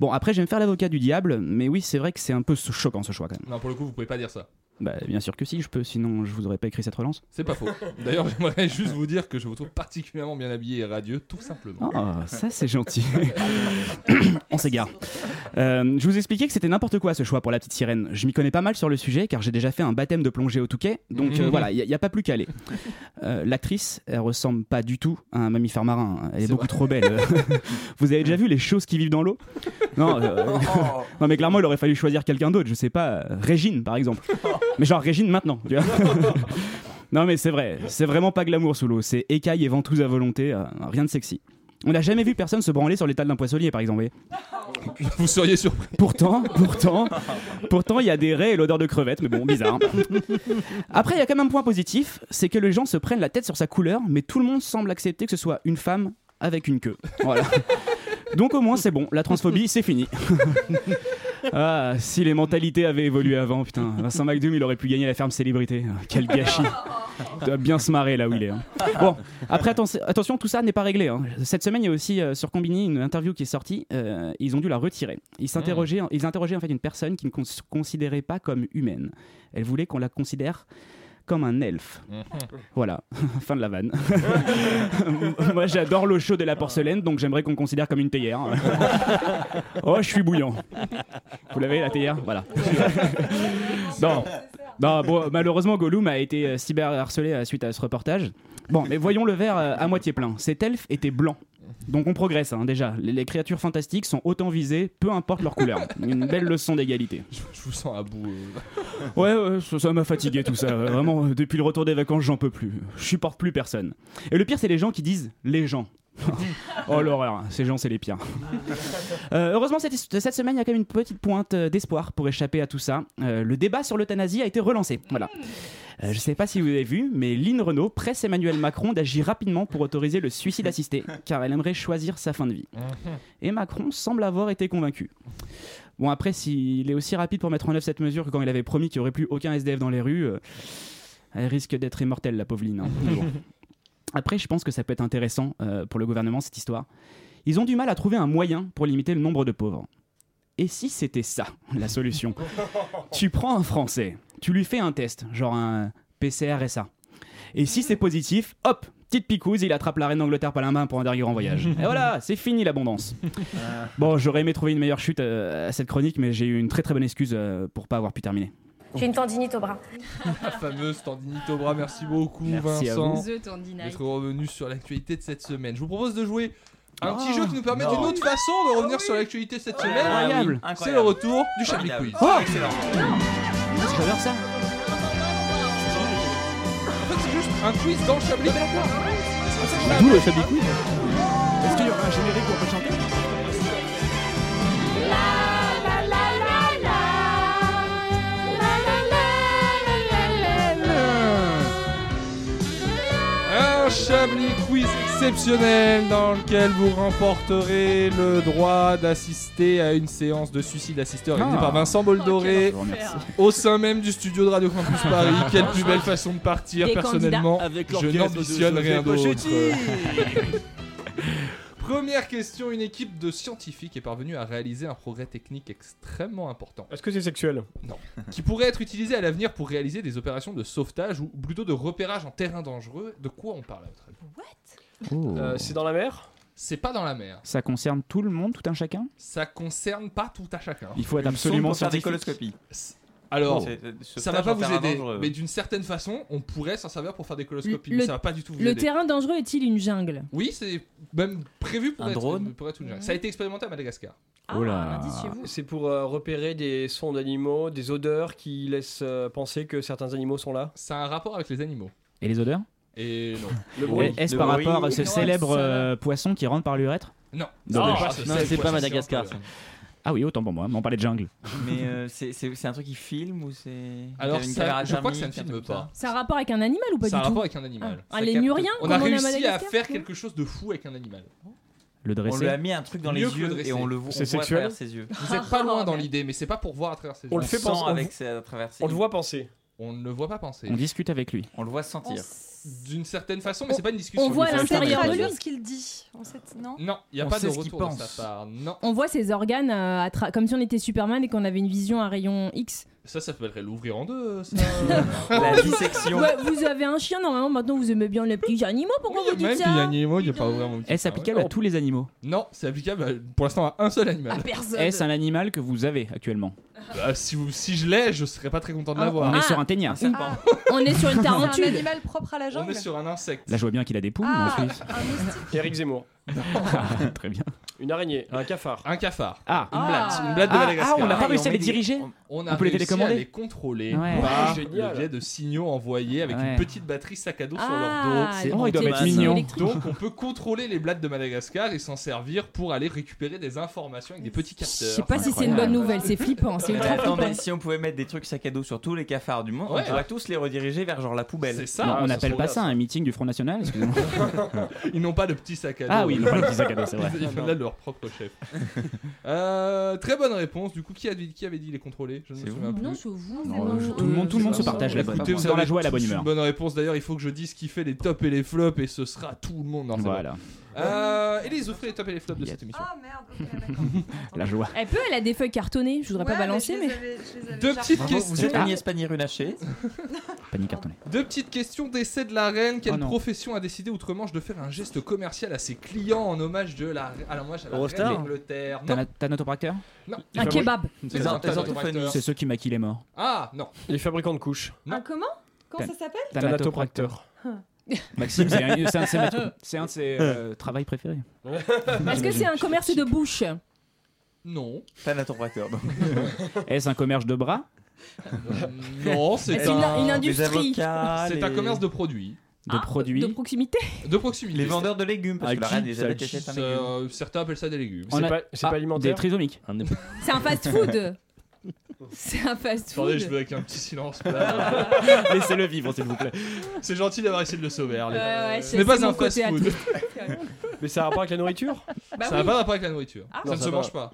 S2: Bon, après, je vais me faire l'avocat du diable, mais oui, c'est vrai que c'est un peu choquant ce choix quand même.
S1: Non, pour le coup, vous pouvez pas dire ça.
S2: Bah, bien sûr que si, je peux, sinon je vous aurais pas écrit cette relance.
S1: C'est pas faux. D'ailleurs, j'aimerais juste vous dire que je vous trouve particulièrement bien habillé et radieux, tout simplement.
S2: Ah, ça c'est gentil. On s'égare. Euh, je vous expliquais que c'était n'importe quoi ce choix pour la petite sirène. Je m'y connais pas mal sur le sujet car j'ai déjà fait un baptême de plongée au Touquet, donc euh,
S15: Mhm.
S2: voilà, il n'y a, pas plus qu'à aller. Euh, L'actrice, elle ressemble pas du tout à un mammifère marin. Elle est, beaucoup trop belle. vous avez déjà vu les choses qui vivent dans l'eau non, euh, non, mais clairement, il aurait fallu choisir quelqu'un d'autre. Je sais pas, euh, Régine par exemple. Mais genre Régine maintenant. tu vois. Non mais c'est vrai, c'est vraiment pas glamour sous l'eau, c'est écailles et ventouse à volonté, euh, rien de sexy. On n'a jamais vu personne se branler sur l'étal d'un poissonnier par exemple.
S1: vous voyez. Vous seriez surpris.
S2: Pourtant, pourtant, pourtant il y a des raies et l'odeur de crevettes, mais bon, bizarre. Après, il y a quand même un point positif, c'est que les gens se prennent la tête sur sa couleur, mais tout le monde semble accepter que ce soit une femme avec une queue. Voilà. Donc au moins c'est bon, la transphobie c'est fini. ah, si les mentalités avaient évolué avant, putain, Vincent McDoom il aurait pu gagner la ferme célébrité. Ah, Quel gâchis. Il doit bien se marrer là où il est. hein. Bon, après atten- attention, tout ça n'est pas réglé. hein. Cette semaine il y a aussi euh, sur Combini une interview qui est sortie, euh, ils ont dû la retirer. Ils s'interrogeaient, ils interrogeaient en fait une personne qui ne cons- considérait pas comme humaine. Elle voulait qu'on la considère comme un elfe. Voilà, fin de la vanne. Moi j'adore l'eau chaude et la porcelaine, donc j'aimerais qu'on me considère comme une théière. oh, je suis bouillant. Vous l'avez la théière Voilà. non. Non, bon, malheureusement, Gollum a été euh, cyberharcelé euh, suite à ce reportage. Bon, mais voyons le verre euh, à moitié plein. Cet elfe était blanc. Donc on progresse hein, déjà. Les, les créatures fantastiques sont autant visées, peu importe leur couleur. Une belle leçon d'égalité.
S1: Je vous sens à bout. euh.
S2: Ouais, ouais, ça ça m'a fatigué tout ça. Vraiment, euh, depuis le retour des vacances, j'en peux plus. Je supporte plus personne. Et le pire, c'est les gens qui disent les gens. oh l'horreur, ces gens c'est les pires. Euh, heureusement, cette, cette semaine, il y a quand même une petite pointe euh, d'espoir pour échapper à tout ça. Euh, le débat sur l'euthanasie a été relancé. Voilà. Euh, je ne sais pas si vous avez vu, mais Lynn Renault presse Emmanuel Macron d'agir rapidement pour autoriser le suicide assisté, car elle aimerait choisir sa fin de vie. Et Macron semble avoir été convaincu. Bon, après, s'il est aussi rapide pour mettre en œuvre cette mesure que quand il avait promis qu'il n'y aurait plus aucun SDF dans les rues, euh, elle risque d'être immortelle, la pauvre Lynn. hein. Mais bon. Après, je pense que ça peut être intéressant euh, pour le gouvernement, cette histoire. Ils ont du mal à trouver un moyen pour limiter le nombre de pauvres. Et si c'était ça, la solution Tu prends un Français, tu lui fais un test, genre un PCR-SA. Et si c'est positif, hop Petite picouse, il attrape la reine d'Angleterre par la main pour un dernier grand voyage. Et voilà, c'est fini l'abondance. Bon, j'aurais aimé trouver une meilleure chute euh, à cette chronique, mais j'ai eu une très très bonne excuse euh, pour pas avoir pu terminer.
S16: J'ai une tendinite au bras.
S1: La fameuse tendinite au bras, merci beaucoup
S2: Merci à
S1: Vincent
S2: vous.
S16: The tendinite.
S1: d'être revenu sur l'actualité de cette semaine. Je vous propose de jouer un
S12: Ah,
S11: Oh,
S1: petit jeu qui nous permet
S11: non.
S1: d'une autre façon de revenir sur l'actualité de cette
S11: Ouais,
S1: semaine.
S11: incroyable.
S1: C'est le retour du Chablis Quiz.
S11: Oh
S12: Ah.
S11: Excellent.
S2: J'adore ça.
S1: En fait, Ah, c'est juste un quiz dans le Chablis. Ah,
S2: D'où le Chablis Quiz Est-ce qu'il y aura un générique où on peut chanter
S1: Un Chablis Quiz exceptionnel dans lequel vous remporterez le droit d'assister à une séance de suicide assisté organisée
S11: Ah.
S1: par Vincent Boldoré
S11: Oh, quel enfer.
S1: au sein même du studio de Radio Campus Paris. Quelle plus belle façon de partir
S11: Des
S1: personnellement.
S11: candidats avec
S1: je
S11: l'orchestre de
S1: n'ambitionne
S11: José
S1: rien d'autre.
S11: Pochetti.
S1: Première question, une équipe de scientifiques est parvenue à réaliser un progrès technique extrêmement important.
S12: Est-ce que c'est sexuel
S1: Non. qui pourrait être utilisé à l'avenir pour réaliser des opérations de sauvetage ou plutôt de repérage en terrain dangereux. De quoi on parle à votre avis
S12: Euh, c'est dans la mer
S1: C'est pas dans la mer.
S2: Ça concerne tout le monde, tout un chacun
S1: Ça concerne pas tout à chacun.
S2: Il faut être Une absolument sonde pour faire des scientifique.
S13: coloscopies.
S1: S- Alors,
S13: Non, c'est- euh, sauvetage
S1: ça va pas
S13: en
S1: vous
S13: terrain
S1: aider,
S13: dangereux.
S1: mais d'une certaine façon, on pourrait s'en servir pour faire des coloscopies,
S10: Le-
S1: mais ça va pas du tout vous
S10: Le
S1: aider.
S10: terrain dangereux est-il une jungle
S1: Oui, c'est même prévu pour
S10: Un
S1: être,
S10: drone
S1: pour être une jungle. Ça a été expérimenté à Madagascar.
S10: Ah,
S12: Oh
S2: Bah,
S12: là
S1: indice chez vous.
S12: C'est pour euh, repérer des sons d'animaux, des odeurs qui laissent euh, penser que certains animaux sont là
S1: Ça a un rapport avec les animaux.
S2: Et les odeurs
S1: Et non.
S2: Et Est-ce par rapport à ce célèbre euh, poisson qui rentre par l'urètre
S1: Non.
S2: Dommage.
S13: Non, c'est pas ce Non, c'est célèbre pas poisson, Madagascar, c'est un peu-
S2: Ah oui, autant pour moi, mais on parlait de jungle.
S13: Mais euh, c'est- c'est c'est un truc qui filme ou c'est.
S1: Alors,
S13: une
S1: ça-
S13: caméra
S1: je crois que ça ne
S13: thermique, un
S1: filme
S13: truc comme
S1: pas.
S10: Ça a un rapport avec un animal ou pas
S1: Ça
S10: du
S1: a un
S10: tout
S1: rapport avec un animal.
S10: Ah,
S1: Ça
S10: les
S1: capte-
S10: Muriens
S1: On
S10: comme
S1: a
S10: on est à
S1: réussi à
S10: Madagascar,
S1: faire
S10: oui.
S1: quelque chose de fou avec un animal.
S2: Le
S13: On
S2: dresser
S13: lui a mis un truc dans
S1: Mieux
S13: les
S1: que
S13: yeux
S1: dresser.
S13: et on le voit, on voit à travers ses yeux.
S1: Vous êtes
S10: Ah,
S1: pas loin dans l'idée, mais c'est pas pour voir à travers ses yeux.
S13: On le fait On penser- sent on avec le- ses- à travers ses on le yeux.
S1: voit penser. On ne le voit pas penser.
S2: On discute avec lui.
S13: On le voit sentir.
S1: D'une certaine façon, mais c'est pas une discussion.
S10: on voit à
S1: Une certaine
S10: l'intérieur
S1: façon.
S10: de lui.
S16: ce qu'il dit. On sait- non
S1: Non, il n'y a
S11: On
S1: pas de
S11: sait ce qu'il
S1: retour de
S11: pense.
S1: sa part. Non.
S10: On voit ses organes euh, à tra- comme si on était Superman et qu'on avait une vision à rayon X.
S1: Ça, ça s'appellerait l'ouvrir en deux. Ça.
S13: La dissection.
S10: Ouais, vous avez un chien, normalement maintenant vous aimez bien les petits animaux, pourquoi vous dites
S1: Même
S10: ça
S1: animaux, il n'y a pas ouvrir en deux.
S2: Est-ce applicable à tous les animaux
S1: Non, c'est applicable à- pour l'instant à un seul animal.
S2: Est-ce un animal que vous avez actuellement
S1: Bah, si, vous, si je l'ai, je serais pas très content de l'avoir.
S2: Oh, On est sur un ténia.
S10: Ah.
S1: Ah.
S10: On est sur une
S16: C'est un
S10: tarentule.
S16: animal propre à la jungle.
S1: On est sur un insecte.
S2: Là, je vois bien qu'il a des poumons
S16: Ah,
S2: en plus.
S16: un moustique.
S12: Eric Zemmour.
S2: Très bien.
S12: Une araignée, un cafard.
S1: Un cafard.
S2: Ah,
S1: Une blatte. Une blatte
S2: Ah,
S1: de Madagascar.
S2: ah, on n'a pas Ah, réussi et on à les met des- diriger
S1: On, on a
S2: On peut les
S1: réussi
S2: télécommander
S1: à les contrôler
S2: Ouais. Ah,
S1: par
S12: Ouais,
S1: le
S12: génial.
S1: biais de signaux envoyés avec
S2: Ouais.
S1: une petite batterie sac à dos sur
S2: Ah,
S1: leur dos.
S2: C'est- oh, ils doivent être mignons.
S1: Donc on peut contrôler les blattes de Madagascar et s'en servir pour aller récupérer des informations avec des petits capteurs.
S10: Je sais pas si c'est une bonne nouvelle, c'est flippant, c'est
S13: Mais
S10: ultra
S13: attendez,
S10: flippant.
S13: si on pouvait mettre des trucs sac à dos sur tous les cafards du monde,
S1: Ouais.
S13: on pourrait tous les rediriger vers genre la poubelle.
S1: C'est ça.
S2: Non, on
S1: ça
S2: n'appelle
S1: se
S2: pas
S1: regarde,
S2: ça un meeting du Front National, excusez-moi.
S1: Ils n'ont pas de petit sac à dos.
S2: Ah oui, ils n'ont pas le petit sac à dos, c'est vrai.
S1: Ils font là de leur propre chef. Euh, très bonne réponse. Du coup, qui, a- qui avait dit les contrôler Je ne me
S2: C'est
S1: souviens
S2: vous.
S1: plus.
S2: Non, c'est vous. Non, Non, je- tout le monde- tout le monde se partage la bonne.
S1: Écoutez,
S2: Dans
S1: vous
S2: la
S1: avez
S2: joie et la
S1: tous
S2: bonne humeur.
S1: Une bonne réponse. D'ailleurs, il faut que je dise qui fait les tops et les flops et ce sera tout le monde. Non, c'est
S2: Voilà.
S1: bon. Euh, et les offrez les tops et les flops de cette émission.
S2: La joie.
S10: Elle peut, elle a des feuilles cartonnées, je voudrais pas balancer, mais.
S1: Deux petites questions.
S13: Vous êtes Agnès Pannier-Runacher.
S2: Panier cartonné.
S1: Deux petites questions d'essai de la reine. Quelle
S2: Oh non.
S1: profession a décidé outre-manche de faire un geste commercial à ses clients en hommage de la, à l'hommage à la reine
S2: Eurostar
S1: d'Angleterre Non.
S2: T'as t'as notre opérateur
S1: Non.
S10: Un kebab.
S1: C'est ça, t'as notre facteur.
S2: C'est ceux qui maquillent les morts.
S1: Ah non.
S12: Les fabricants de couches.
S16: Un comment Comment
S2: Tan-
S16: ça s'appelle
S2: Thanatopracteur.
S16: Hein.
S2: Maxime, c'est un, c'est un de ses, mat- c'est un de ses, euh, travails préférés.
S10: Est-ce que c'est un commerce de bouche
S1: Non.
S13: Thanatopracteur. donc.
S2: Est-ce un commerce de bras
S1: Non, c'est
S10: Est-ce une-
S1: un-
S10: une industrie
S1: C'est un
S13: les-
S1: commerce de produits.
S2: de produits.
S10: Ah, De proximité.
S1: De proximité.
S13: Les vendeurs de légumes,
S10: Ah,
S13: parce que la reine Elisabeth était un légume.
S1: Euh, certains appellent ça des légumes.
S12: C'est pas- c'est pas alimentaire
S2: Des trisomiques.
S10: C'est Ah, un fast-food. C'est un fast-food.
S1: Attendez, je veux avec un petit silence.
S2: Laissez-le vivre, s'il vous plaît.
S1: C'est gentil d'avoir essayé de le sauver, Harley.
S10: Ouais, ouais,
S1: Ce
S10: c'est-
S1: n'est pas
S10: c'est
S1: un
S10: mon côté
S1: fast-food.
S12: Mais ça a rapport avec la nourriture
S10: Bah
S1: ça n'a
S10: oui.
S1: pas rapport avec la nourriture.
S10: Ah.
S1: ça
S12: Non,
S1: ne
S12: ça
S1: se
S12: va.
S1: mange pas.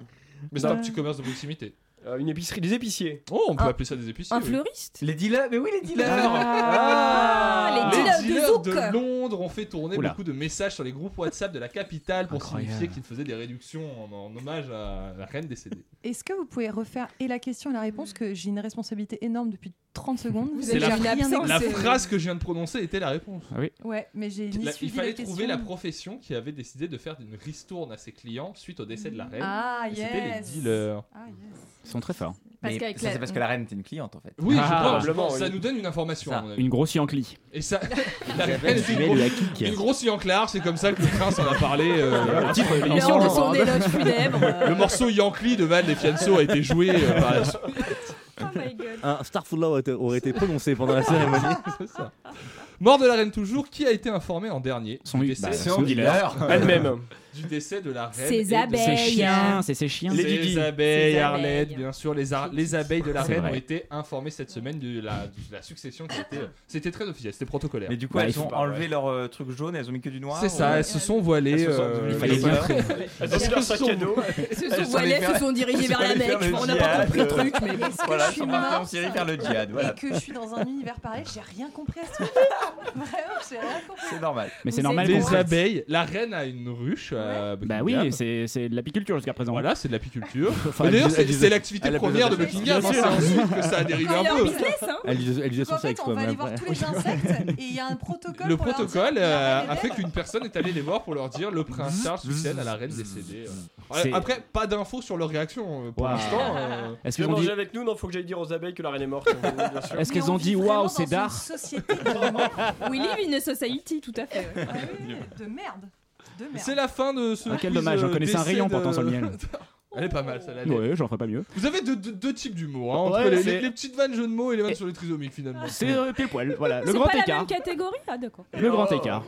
S1: Mais c'est
S12: Bah.
S1: un petit commerce de proximité.
S12: Euh, Une épicerie, des épiciers.
S1: Oh, on peut
S12: Un-
S1: appeler ça des épiciers.
S10: un
S1: oui.
S10: fleuriste
S13: Les dealers, mais oui, les dealers
S10: Ah, les dealers de
S1: dealers
S10: Zouk.
S1: de, Londres ont fait tourner
S2: Oula.
S1: beaucoup de messages sur les groupes WhatsApp de la capitale pour signifier qu'ils faisaient des réductions en, en hommage à la reine décédée.
S9: Est-ce que vous pouvez refaire et la question et la réponse que j'ai une responsabilité énorme depuis 30 secondes. Vous
S1: C'est
S9: avez
S1: la,
S9: rien écouté.
S1: la phrase que je viens de prononcer était la réponse.
S2: Ah oui.
S9: Ouais, mais j'ai ni
S1: La- il
S9: suivi
S1: fallait
S9: la question.
S1: trouver la profession qui avait décidé de faire une ristourne à ses clients suite au décès de la reine.
S9: Ah,
S1: Et C'était les
S9: yes.
S1: dealers.
S2: Ils sont très forts.
S9: Ah, Parce
S13: Mais
S9: qu'avec
S13: ça,
S9: la-
S13: c'est parce que la reine était une cliente en fait.
S1: Oui, je
S2: Ah,
S1: pense, je pense.
S2: probablement,
S1: Ça
S2: oui.
S1: nous donne une information, à mon avis.
S2: Une grosse yankee.
S1: Et ça, la
S2: Isabelle
S1: reine est une,
S2: fumait
S1: gros-
S2: de la kick.
S1: une grosse Yanclar, c'est comme ça que le prince en a parlé. euh,
S2: Le titre de
S10: Lors
S1: l'émission,
S10: de
S1: je
S10: son
S1: crois. hein.
S10: éloge funèbre.
S2: euh.
S1: Le morceau Yankli de Van et Fianso a été joué euh, par la suite.
S8: Un Starful Law aurait- aurait été prononcé pendant la cérémonie.
S1: C'est ça. Mort de la reine toujours, qui a été informé en dernier
S2: Son-
S1: du
S2: bah,
S1: décès
S2: son dealer.
S12: Elle-même.
S1: Du décès de la reine.
S10: Ses
S1: et de-
S10: abeilles.
S2: Ses chiens, c'est ses chiens.
S1: Les,
S2: Ses
S1: abeilles,
S2: abeilles.
S1: Arlette, bien sûr, les, ar- les abeilles de la
S2: C'est
S1: reine
S2: vrai.
S1: ont été informées cette semaine de la, de la succession qui a été. C'était très officiel, c'était protocolaire.
S13: Mais du coup,
S1: Bah, il
S13: elles
S1: faut
S13: ont
S1: pas,
S13: enlevé
S1: ouais.
S13: leur euh, truc jaune, elles ont mis que du noir.
S1: C'est ça, elles se sont voilées.
S13: Elles se sont-
S1: euh,
S13: il fallait
S1: les
S13: bien.
S1: heures.
S13: Elles ont
S1: Elles
S13: mis leur sac à dos.
S10: Se
S13: Elles
S10: sont
S13: sont
S10: voilés,
S13: allées faire-
S10: se sont dirigés
S13: elles
S10: vers
S13: sont
S10: la
S13: allées
S10: Mecque.
S13: faire le
S10: On n'a pas compris le
S13: djihad.
S10: truc, mais.
S9: Est-ce que
S13: Voilà,
S9: je
S13: elles
S9: suis
S13: sont parties en
S9: morte
S13: Syrie faire le djihad. Voilà.
S9: et que je suis dans un univers parallèle, j'ai rien compris à ce truc. Vraiment, j'ai rien compris.
S13: C'est normal.
S2: Mais c'est normal.
S1: Les
S2: qu'on-
S1: abeilles, la reine a une ruche. à
S2: Bah
S1: Buckingham.
S2: oui, c'est c'est de l'apiculture jusqu'à présent.
S1: Voilà, c'est de l'apiculture.
S2: Enfin,
S1: Mais D'ailleurs,
S2: elle
S1: c'est
S2: disait-
S1: c'est l'activité
S2: elle a
S1: première de
S2: posé-
S1: Buckingham.
S2: Bien
S1: hein, C'est
S2: sûr.
S1: ensuite que ça a dérivé
S10: Quand
S1: un
S10: il est en
S1: peu.
S10: business, hein
S8: Elle disait elle disait son
S9: En fait,
S8: sexe
S9: on
S8: quoi.
S9: va
S8: mais
S9: aller voir
S8: après-
S9: tous les insectes et il y a un protocole.
S1: Le
S9: pour leur dire
S1: protocole
S9: qu'il y a
S1: euh,
S9: un
S1: a fait
S9: élève.
S1: qu'une personne est allée les voir pour leur dire le prince Charles succède à la reine décédée. euh.
S2: C'est-
S1: Après, pas d'infos sur leur réaction euh, pour
S2: Waouh.
S1: l'instant. euh.
S2: Est-ce
S12: Tu
S2: qu'ils
S12: veux
S2: ont
S12: manger
S2: dit
S12: avec nous Non, faut que j'aille dire aux abeilles que la reine est morte. Bien sûr.
S2: Est-ce
S9: Mais
S2: qu'ils ont
S9: on
S2: dit
S9: vit
S2: waouh,
S9: vraiment
S2: c'est
S9: dans
S2: d'art
S9: Une société vraiment-
S10: We live in a society, tout à fait. ouais.
S9: de merde. De merde.
S1: C'est la fin de ce.
S2: Ah, quel
S1: quiz,
S2: dommage, j'en
S1: euh,
S2: connaissais un
S1: décès
S2: rayon
S1: de-
S2: pourtant sur le miel.
S1: Elle est pas mal, celle-là. elle est-
S2: Ouais, j'en ferai pas mieux.
S1: Vous avez deux, deux- deux types d'humour, hein, entre
S2: Ouais,
S1: les,
S2: c'est-
S1: les- les petites vannes jeux de mots et les vannes sur les trisomiques finalement.
S2: C'est euh, pile poil. Voilà, le
S10: C'est
S2: grand
S10: pas la
S2: écart.
S10: même catégorie Ah, d'accord.
S2: Le
S1: Oh.
S2: grand écart.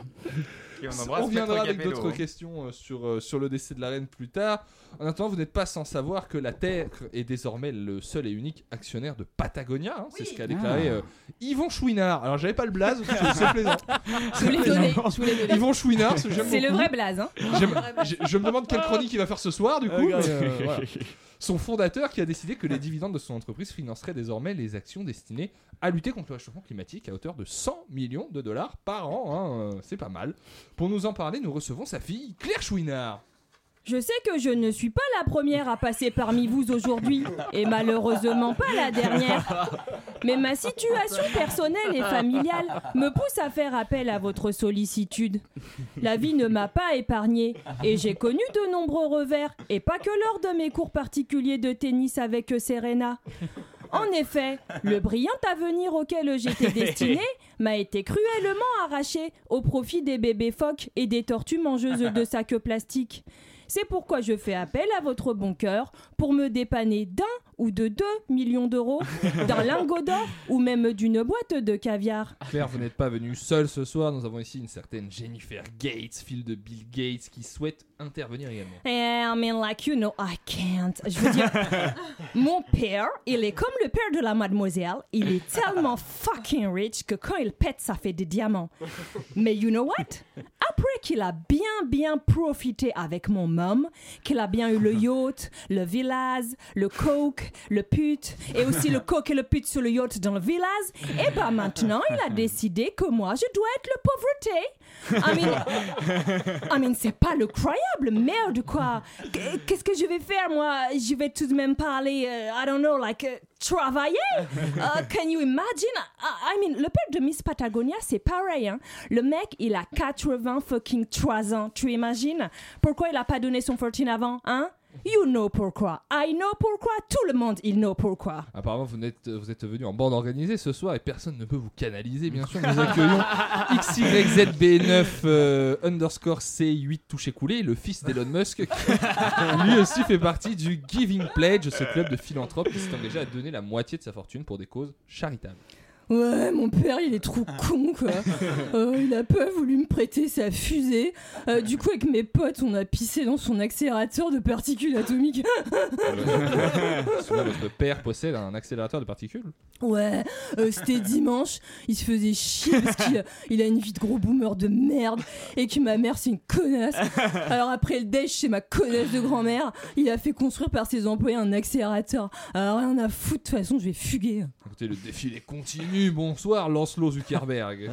S13: Et on embrasse
S1: On reviendra
S13: Maître
S1: avec
S13: Capello,
S1: d'autres
S13: hein.
S1: questions euh, sur, euh, sur le décès de la reine plus tard. En attendant, vous n'êtes pas sans savoir que la Terre est désormais le seul et unique actionnaire de Patagonia. hein. C'est ce qu'a déclaré
S2: Ah.
S1: euh, Yvon Chouinard. Alors, j'avais pas le blaze, parce que c'est plaisant.
S10: Je voulais donner. Je voulais donner.
S1: Yvon Chouinard, ce que j'aime
S10: C'est le
S1: beaucoup.
S10: vrai blaze, hein
S1: J'aime- je, je me demande quelle chronique il va faire ce soir, du coup.
S2: Ah, grave.
S1: mais, euh, voilà. Son fondateur qui a décidé que les dividendes de son entreprise financeraient désormais les actions destinées à lutter contre le réchauffement climatique à hauteur de 100 millions de dollars par an. hein, euh, C'est pas mal. Pour nous en parler, nous recevons sa fille, Claire Chouinard.
S10: Je sais que je ne suis pas la première à passer parmi vous aujourd'hui, et malheureusement pas la dernière. Mais ma situation personnelle et familiale me pousse à faire appel à votre sollicitude. La vie ne m'a pas épargnée, et j'ai connu de nombreux revers, et pas que lors de mes cours particuliers de tennis avec Serena. En effet, le brillant avenir auquel j'étais destinée m'a été cruellement arraché au profit des bébés phoques et des tortues mangeuses de sacs plastiques. C'est pourquoi je fais appel à votre bon cœur pour me dépanner d'un ou de deux millions d'euros, d'un lingot d'or ou même d'une boîte de caviar.
S1: Claire, vous n'êtes pas venue seule ce soir. Nous avons ici une certaine Jennifer Gates, fille de Bill Gates, qui souhaite intervenir également.
S10: Yeah, Eh, I mean, like you know, I can't. Je veux dire, mon père, il est comme le père de la mademoiselle. Il est tellement fucking rich que quand il pète, ça fait des diamants. Mais you know what? Après qu'il a bien, bien profité avec mon mum, qu'il a bien eu le yacht, le village, le coke, le pute, et aussi le coke et le pute sur le yacht dans le village, et ben maintenant, il a décidé que moi, je dois être le pauvreté. I mean, ah mais c'est pas le croyable, merde quoi. Qu- Qu'est-ce que je vais faire moi Je vais tout de même parler, euh, I don't know, like euh, travailler. Euh, can you imagine I, I mean, le père de Miss Patagonia, c'est pareil. hein. Le mec, il a 80 fucking 3 ans. Tu imagines Pourquoi il a pas donné son fortune avant, hein You know pourquoi. I know pourquoi. Tout le monde, il know pourquoi.
S1: Apparemment, vous êtes, vous êtes venu en bande organisée ce soir et personne ne peut vous canaliser, bien sûr. Nous accueillons XYZB9 euh, underscore C8 touché coulé, le fils d'Elon Musk, qui lui aussi fait partie du Giving Pledge, ce club de philanthropes qui s'est engagé à donner la moitié de sa fortune pour des causes charitables.
S10: Ouais, mon père, il est trop con, quoi. Euh, il a pas voulu me prêter sa fusée. Euh, du coup, avec mes potes, on a pissé dans son accélérateur de particules atomiques.
S1: Souvent, votre père possède un accélérateur de particules.
S10: Ouais, euh, c'était dimanche, il se faisait chier parce qu'il euh, il a une vie de gros boomer de merde et que ma mère c'est une connasse. Alors après le déj chez ma connasse de grand-mère, il a fait construire par ses employés un accélérateur. Alors rien à foutre, de toute façon je vais fuguer.
S1: Écoutez, le défilé continue. Bonsoir, Lancelot Zuckerberg.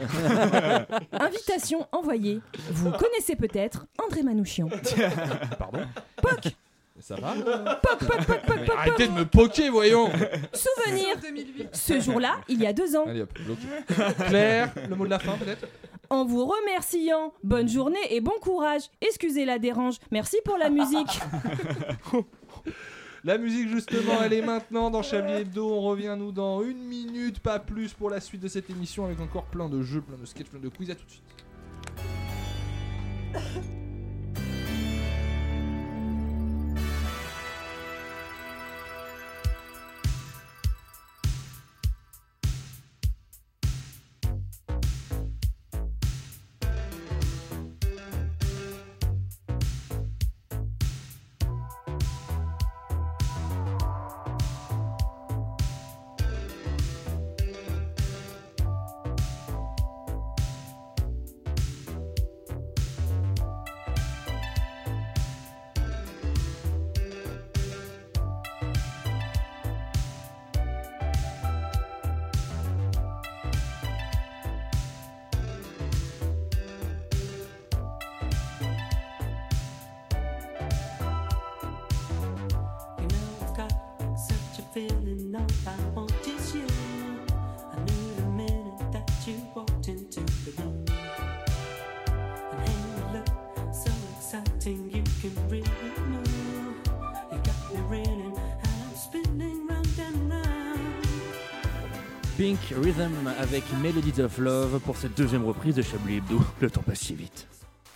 S10: Invitation envoyée. Vous connaissez peut-être André Manouchian.
S1: Pardon Ça va Mais
S10: poc,
S1: Arrêtez de me poquer, voyons
S10: Souvenir Ce jour-là, il y a deux ans.
S1: Allez hop, bloqué. Claire, le mot de la fin peut-être
S10: En vous remerciant, bonne journée et bon courage. Excusez la dérange. Merci pour la musique.
S1: La musique justement, elle est maintenant dans Chablis Hebdo. On revient nous dans une minute, pas plus, pour la suite de cette émission avec encore plein de jeux, plein de sketchs, plein de quiz. À tout de suite.
S7: You know I've got such a feeling all I want is you. I knew the minute that you walked into the room. And hey, you look so exciting, you can really move. You got me reeling, and I'm spinning round and round.
S15: Pink Rhythm avec Melodies of Love pour cette deuxième reprise de Chablis Hebdo. Le temps passe si vite.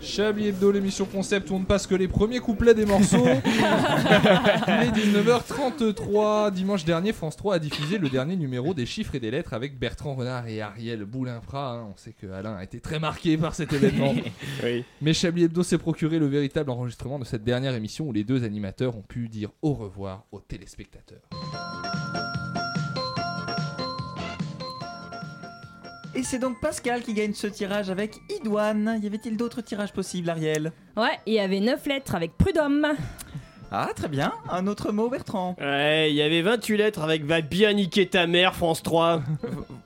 S1: Chablis Hebdo, l'émission concept où on ne passe que les premiers couplets des morceaux. Il est 19h33. Dimanche dernier, France 3 a diffusé le dernier numéro des chiffres et des lettres avec Bertrand Renard et Ariel Boulinfra. hein. On sait que Alain a été très marqué par cet événement. Mais Chablis Hebdo s'est procuré le véritable enregistrement de cette dernière émission où les deux animateurs ont pu dire au revoir aux téléspectateurs.
S13: Et c'est donc Pascal qui gagne ce tirage avec Idouane. Y avait-il d'autres tirages possibles, Ariel
S10: Ouais, il y avait 9 lettres avec prud'homme.
S13: Ah, très bien. Un autre mot, Bertrand.
S12: Ouais, il y avait 28 lettres avec Va bien niquer ta mère, France 3.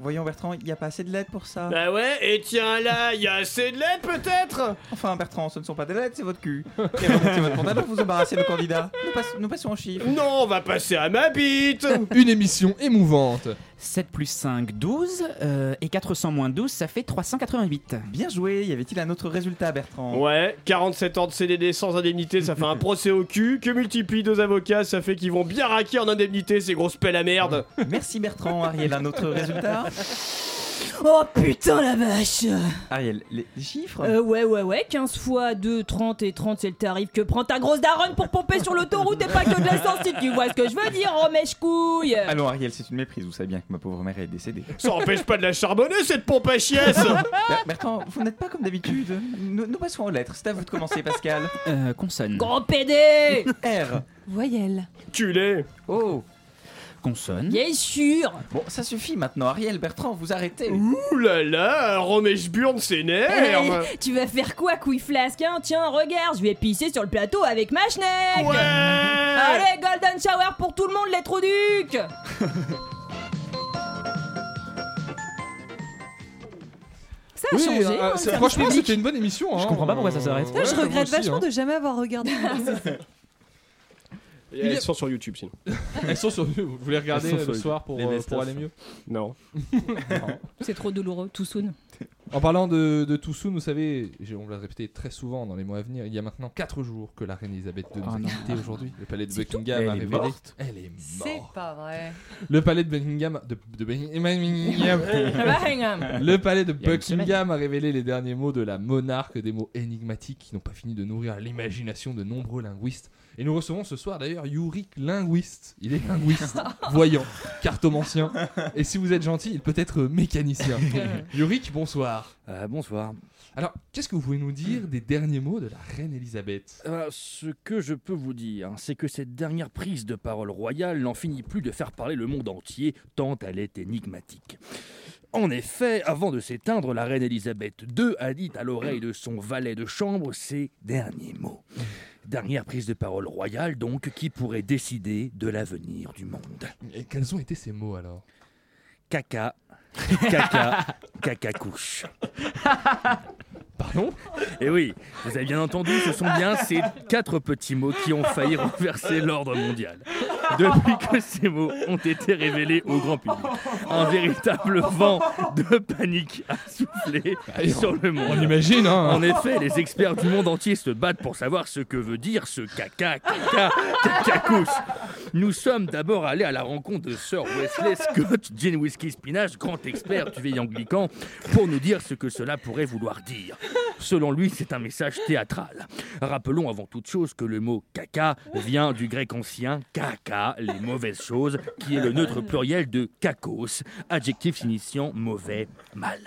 S13: Voyons, Bertrand, il n'y a pas assez de lettres pour ça.
S12: Bah ouais, et tiens là, il y a assez de lettres peut-être
S13: Enfin, Bertrand, ce ne sont pas des lettres, c'est votre cul. Et remontez votre pantalon, vous embarrassez le candidat. Nous, pass- nous passons aux chiffres.
S12: Non, on va passer à ma bite
S1: Une émission émouvante.
S2: 7 plus 5, 12. euh, et 400 moins 12, ça fait 388.
S13: Bien joué, y avait-il un autre résultat,
S1: Oh.
S13: Bertrand
S12: Ouais, 47 ans de CDD sans indemnité, ça fait un procès au cul, que multiplie deux avocats, ça fait qu'ils vont bien raquer en indemnité ces grosses pelles à merde
S13: Merci Bertrand, Ariel, un autre résultat
S10: Oh putain la vache
S13: Ariel, les, les chiffres
S10: Euh, Ouais, ouais, ouais, 15 fois 2, 30 et 30, c'est le tarif que prend ta grosse daronne pour pomper sur l'autoroute et pas que de l'essence, si tu vois ce que je veux dire, oh mèche couille
S1: Ah,
S13: Allons, Ah Ariel, c'est une méprise, vous savez bien que ma pauvre mère est décédée.
S12: Ça empêche pas de la charbonner cette pompe à chiesse
S13: Ber- Bah, Bertrand, vous n'êtes pas comme d'habitude. Nous, nous passons aux lettres. C'est à vous de commencer, Pascal.
S2: Euh, consonne.
S10: Grand PD
S13: R.
S17: Voyelle.
S12: Tu l'es
S13: Oh.
S2: Consonne.
S10: Bien sûr
S13: Bon, ça suffit maintenant. Ariel, Bertrand, vous arrêtez.
S12: Ouh là là, Romèche Burne s'énerve
S10: Eh, Tu vas faire quoi, couille flasque hein Tiens, regarde, je vais pisser sur le plateau avec ma schneck Allez, Golden Shower pour tout le monde, les trous ducs Ça a
S1: Oui,
S10: changé,
S1: euh,
S10: hein, le
S1: c'est-
S10: service
S1: franchement,
S10: public.
S1: c'était une bonne émission. hein. Euh, Je
S15: comprends pas pourquoi ça s'arrête.
S17: Putain, je regrette vachement de jamais avoir regardé.
S1: Il y a-
S12: Elles sont sur YouTube sinon.
S1: Elles sont sur vous les regardez
S12: Elles sont
S1: euh,
S12: sur
S1: le soir pour,
S12: les
S1: euh,
S12: best
S1: pour
S12: of.
S1: aller mieux
S12: Non.
S10: C'est trop douloureux, tout soon.
S1: En parlant de, de Toussoun, vous savez, j'ai- on l'a répété très souvent dans les mois à venir, il y a maintenant 4 jours que la reine Elisabeth II nous a
S11: non.
S1: quittés aujourd'hui. Le palais de
S11: C'est tout.
S1: Buckingham
S11: Elle
S1: a
S11: est
S1: révélé.
S11: morte.
S1: Elle est
S9: C'est
S1: morte.
S9: pas vrai.
S1: Le palais de Buckingham. De, de Buckingham.
S9: Buckingham.
S1: Le palais de
S9: Il y a une semaine.
S1: Buckingham a révélé les derniers mots de la monarque, des mots énigmatiques qui n'ont pas fini de nourrir l'imagination de nombreux linguistes. Et nous recevons ce soir d'ailleurs Yurik, linguiste. Il est linguiste, voyant, cartomancien. Et si vous êtes gentil, il peut être mécanicien. Yurik, bonsoir.
S15: bonsoir.
S1: Alors, qu'est-ce que vous pouvez nous dire des derniers mots de la reine Elisabeth
S15: Euh, ce que je peux vous dire, hein, c'est que cette dernière prise de parole royale n'en finit plus de faire parler le monde entier, tant elle est énigmatique. En effet, avant de s'éteindre, la reine Elisabeth II a dit à l'oreille de son valet de chambre ces derniers mots. Dernière prise de parole royale, donc, qui pourrait décider de l'avenir du monde.
S1: Et quels ont été ces mots alors
S15: Caca, caca, caca couche.
S1: Pardon
S15: Eh oui, vous avez bien entendu, ce sont bien ces quatre petits mots qui ont failli renverser l'ordre mondial. Depuis que ces mots ont été révélés au grand public, un véritable vent de panique a soufflé sur le monde.
S1: On imagine, hein.
S15: En effet, les experts du monde entier se battent pour savoir ce que veut dire ce caca, caca, cacacouche. Nous sommes d'abord allés à la rencontre de Sir Wesley Scott, Gin Whisky Spinach, grand expert du vieil anglican, pour nous dire ce que cela pourrait vouloir dire. Selon lui, c'est un message théâtral. Rappelons avant toute chose que le mot caca vient du grec ancien caca, les mauvaises choses, qui est le neutre pluriel de kakos, adjectif signifiant mauvais, mal.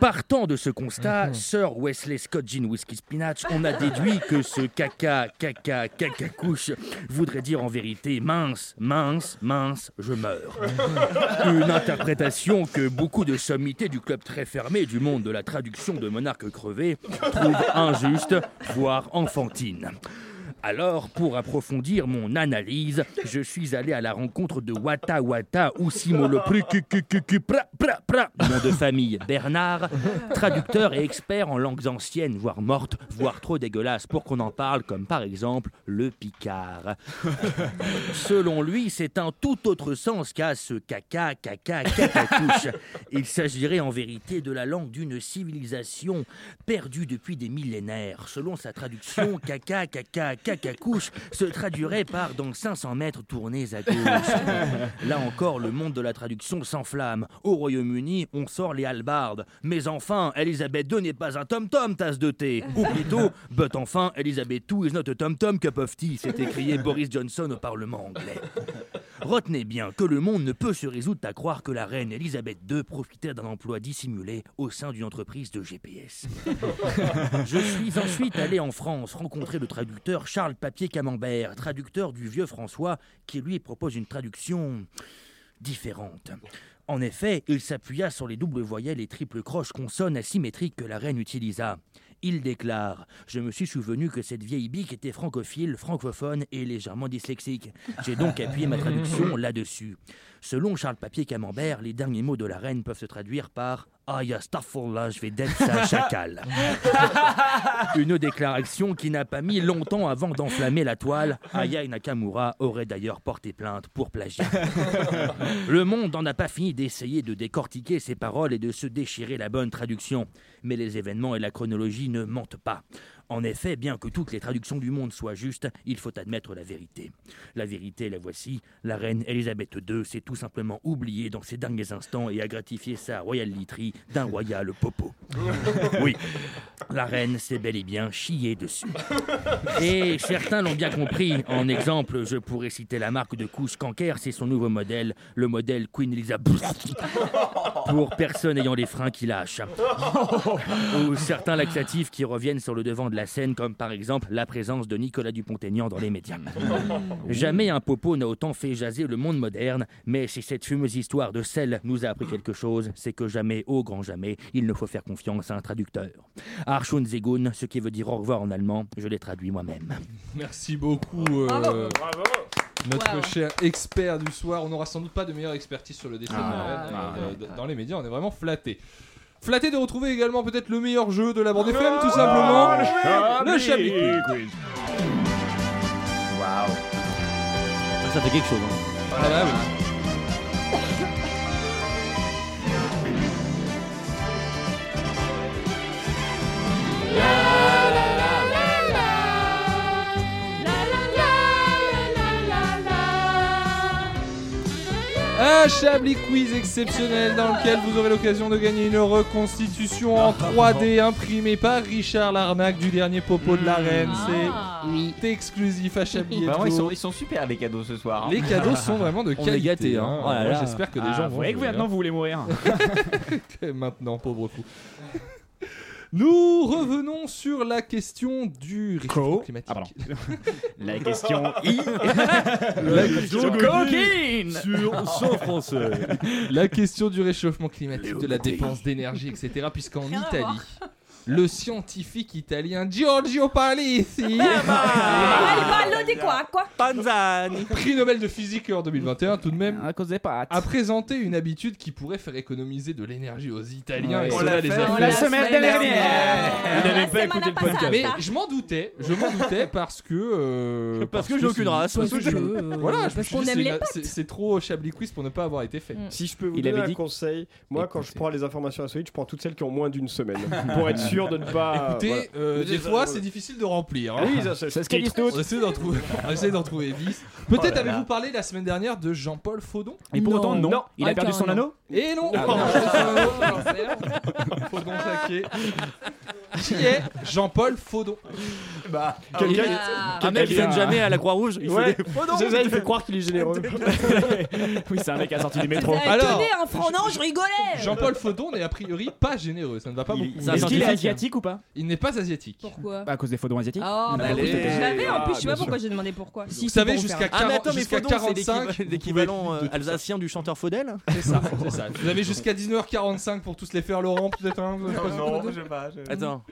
S15: Partant de ce constat, Sir Wesley Scott Gin Whisky Spinach, on a déduit que ce caca, caca, caca couche voudrait dire en vérité mince, mince, mince, je meurs. Une interprétation que beaucoup de sommités du club très fermé du monde de la traduction de monarque crevé trouvent injuste, voire enfantine. Alors, pour approfondir mon analyse, je suis allé à la rencontre de Wata Wata Usimolopru Pra Pra Pra, nom de famille Bernard, traducteur et expert en langues anciennes, voire mortes, voire trop dégueulasses pour qu'on en parle, comme par exemple le Picard. Selon lui, c'est un tout autre sens qu'à ce caca, caca, cacacouche. Il s'agirait en vérité de la langue d'une civilisation perdue depuis des millénaires. Selon sa traduction, caca, caca, cacacouche se traduirait par dans 500 mètres tournés à gauche. Là encore, le monde de la traduction s'enflamme. Au Royaume-Uni, on sort les halbardes. Mais enfin, Elisabeth II n'est pas un tom-tom, tasse de thé. Ou plutôt, but enfin, Elisabeth II is not a tom-tom cup of tea, s'est écrié Boris Johnson au Parlement anglais. Retenez bien que le monde ne peut se résoudre à croire que la reine Elisabeth II profitait d'un emploi dissimulé au sein d'une entreprise de GPS. Je suis ensuite allé en France rencontrer le traducteur Charles Papier Camembert, traducteur du vieux François, qui lui propose une traduction différente. En effet, il s'appuya sur les doubles voyelles et triples croches consonnes asymétriques que la reine utilisa. Il déclare Je me suis souvenu que cette vieille bique était francophile, francophone et légèrement dyslexique. J'ai donc appuyé ma traduction là-dessus. Selon Charles Papier Camembert, les derniers mots de la reine peuvent se traduire par Ah, ya là, je vais d'être ça, chacal. Une déclaration qui n'a pas mis longtemps avant d'enflammer la toile. Aya Nakamura aurait d'ailleurs porté plainte pour plagiat. Le monde n'en a pas fini d'essayer de décortiquer ces paroles et de se déchirer la bonne traduction. Mais les événements et la chronologie ne mentent pas. En effet, bien que toutes les traductions du monde soient justes, il faut admettre la vérité. La vérité, la voici. La reine Elisabeth II s'est tout simplement oubliée dans ses derniers instants et a gratifié sa royale literie d'un royal popo. Oui, la reine s'est bel et bien chiée dessus. Et certains l'ont bien compris. En exemple, je pourrais citer la marque de couche Canker, c'est son nouveau modèle, le modèle Queen Elizabeth. Pour personne ayant les freins qui lâchent. Ou certains laxatifs qui reviennent sur le devant de la scène, comme par exemple la présence de Nicolas Dupont-Aignan dans les médias. Jamais un popo n'a autant fait jaser le monde moderne, mais si cette fumeuse histoire de sel nous a appris quelque chose, c'est que jamais, au grand jamais, il ne faut faire confiance à un traducteur. Archon Zegun, ce qui veut dire au revoir en allemand, je l'ai traduit moi-même.
S1: Merci beaucoup. euh,
S14: Bravo.
S1: Notre
S14: Wow.
S1: cher expert du soir, on n'aura sans doute pas de meilleure expertise sur le décès de
S14: Ah,
S1: la reine,
S14: ah,
S1: euh,
S14: ouais.
S1: d- dans les médias, on est vraiment flatté. Flatté de retrouver également peut-être le meilleur jeu de la bande FM, tout simplement, le Chablis Quiz.
S8: Waouh.
S15: Ça fait quelque chose.
S8: hein.
S1: Ah bah oui. Un Chablis Quiz exceptionnel dans lequel vous aurez l'occasion de gagner une reconstitution en 3D imprimée par Richard Larnac du dernier popo de la reine. C'est exclusif à Chablis Hebdo.
S13: Bah, Vraiment, ils sont, ils sont super les cadeaux ce soir. hein.
S1: Les cadeaux sont vraiment de
S13: On est
S1: qualité.
S13: gâtés,
S1: hein.
S13: Oh là
S1: Moi,
S13: là.
S1: J'espère que des
S13: Ah,
S1: gens
S13: vous
S1: vont.
S13: voyez que
S1: jouer,
S13: maintenant,
S1: hein.
S13: vous voulez mourir.
S1: Que maintenant, pauvre fou. Nous revenons sur la question du réchauffement climatique.
S2: la question I.
S1: la question
S2: Sur
S1: coquine.
S2: Sur son français.
S1: La question du réchauffement climatique, de la dépense d'énergie, etc. Puisqu'en
S14: Rien à
S1: Italie,
S14: voir.
S1: le scientifique italien Giorgio Palisi.
S2: Ah,
S10: Parlo di quoi, quoi
S1: Prix Nobel de physique en 2021 tout de même.
S2: Ah,
S1: A présenté une habitude qui pourrait faire économiser de l'énergie aux Italiens.
S2: Ouais.
S1: et
S2: On
S1: cela
S2: l'a
S1: les
S2: fait
S1: a
S2: la
S1: fait-
S2: semaine dernière.
S1: Vous n'avez
S2: La
S1: pas écouté le podcast.
S2: passata.
S1: Mais je m'en doutais, je m'en doutais parce que euh,
S2: Parce que j'ai aucune
S1: c'est-
S2: race,
S1: parce
S2: parce
S1: que
S2: que
S1: je-
S2: je-
S1: voilà, je me
S2: parce
S1: suis
S2: qu'on
S1: dit,
S2: aime
S1: c'est
S2: les
S1: la-
S2: pâtes. Mm.
S1: c'est c'est trop Chablis Quiz pour ne pas avoir été fait.
S12: Si je peux vous donner un conseil, moi quand je prends les informations insolites, je prends toutes celles qui ont moins d'une semaine. pour être sûr de ne pas.
S1: Écoutez, euh, des fois c'est difficile de remplir. hein.
S12: Oui, ça, ça, ça se calise tout.
S1: On essaie d'en trouver, on essaie d'en trouver 10. Peut-être
S12: Oh là
S1: avez-vous
S12: là.
S1: parlé la semaine dernière de Jean-Paul Faudon
S2: Et pour autant, non.
S1: Ah,
S2: Il a perdu son anneau
S1: Et non
S2: Ah,
S1: Oh,
S2: non.
S1: Faudon Jacquet. Qui est Jean-Paul Faudon Bah,
S12: Quelqu'un-
S1: Un mec qui
S12: quelqu'un-
S1: donne jamais à la Croix-Rouge, il fait
S12: Ouais.
S1: des- Faudon.
S12: C'est ça, il fait croire qu'il est généreux.
S2: oui, c'est un mec à sortie du
S1: métro.
S10: Vous avez
S1: Alors-
S10: donné un franc, non, je rigolais
S1: Jean-Paul Faudon n'est a priori pas généreux, ça ne va pas
S2: Il-
S1: beaucoup.
S2: c'est un Est-ce qu'il est scientifique asiatique
S1: ou pas Il n'est pas asiatique.
S10: Pourquoi
S2: À cause des faudons asiatiques.
S10: Oh, bah
S1: Allez.
S10: oui, je l'avais en plus, je sais
S1: Ah, bien
S10: pas
S1: sûr.
S10: pourquoi j'ai demandé pourquoi.
S1: Vous savez, jusqu'à
S8: Ah, mais attends,
S1: 40
S8: mais
S1: jusqu'à
S8: Faudon, c'est
S1: 45,
S8: l'équivalent- l'équivalent euh, alsacien du chanteur Faudel
S1: C'est ça, c'est ça. Vous avez jusqu'à 19h45 pour tous les faire, Laurent, peut-être hein vous avez pas-
S13: Non, je sais pas. je-
S8: Attends.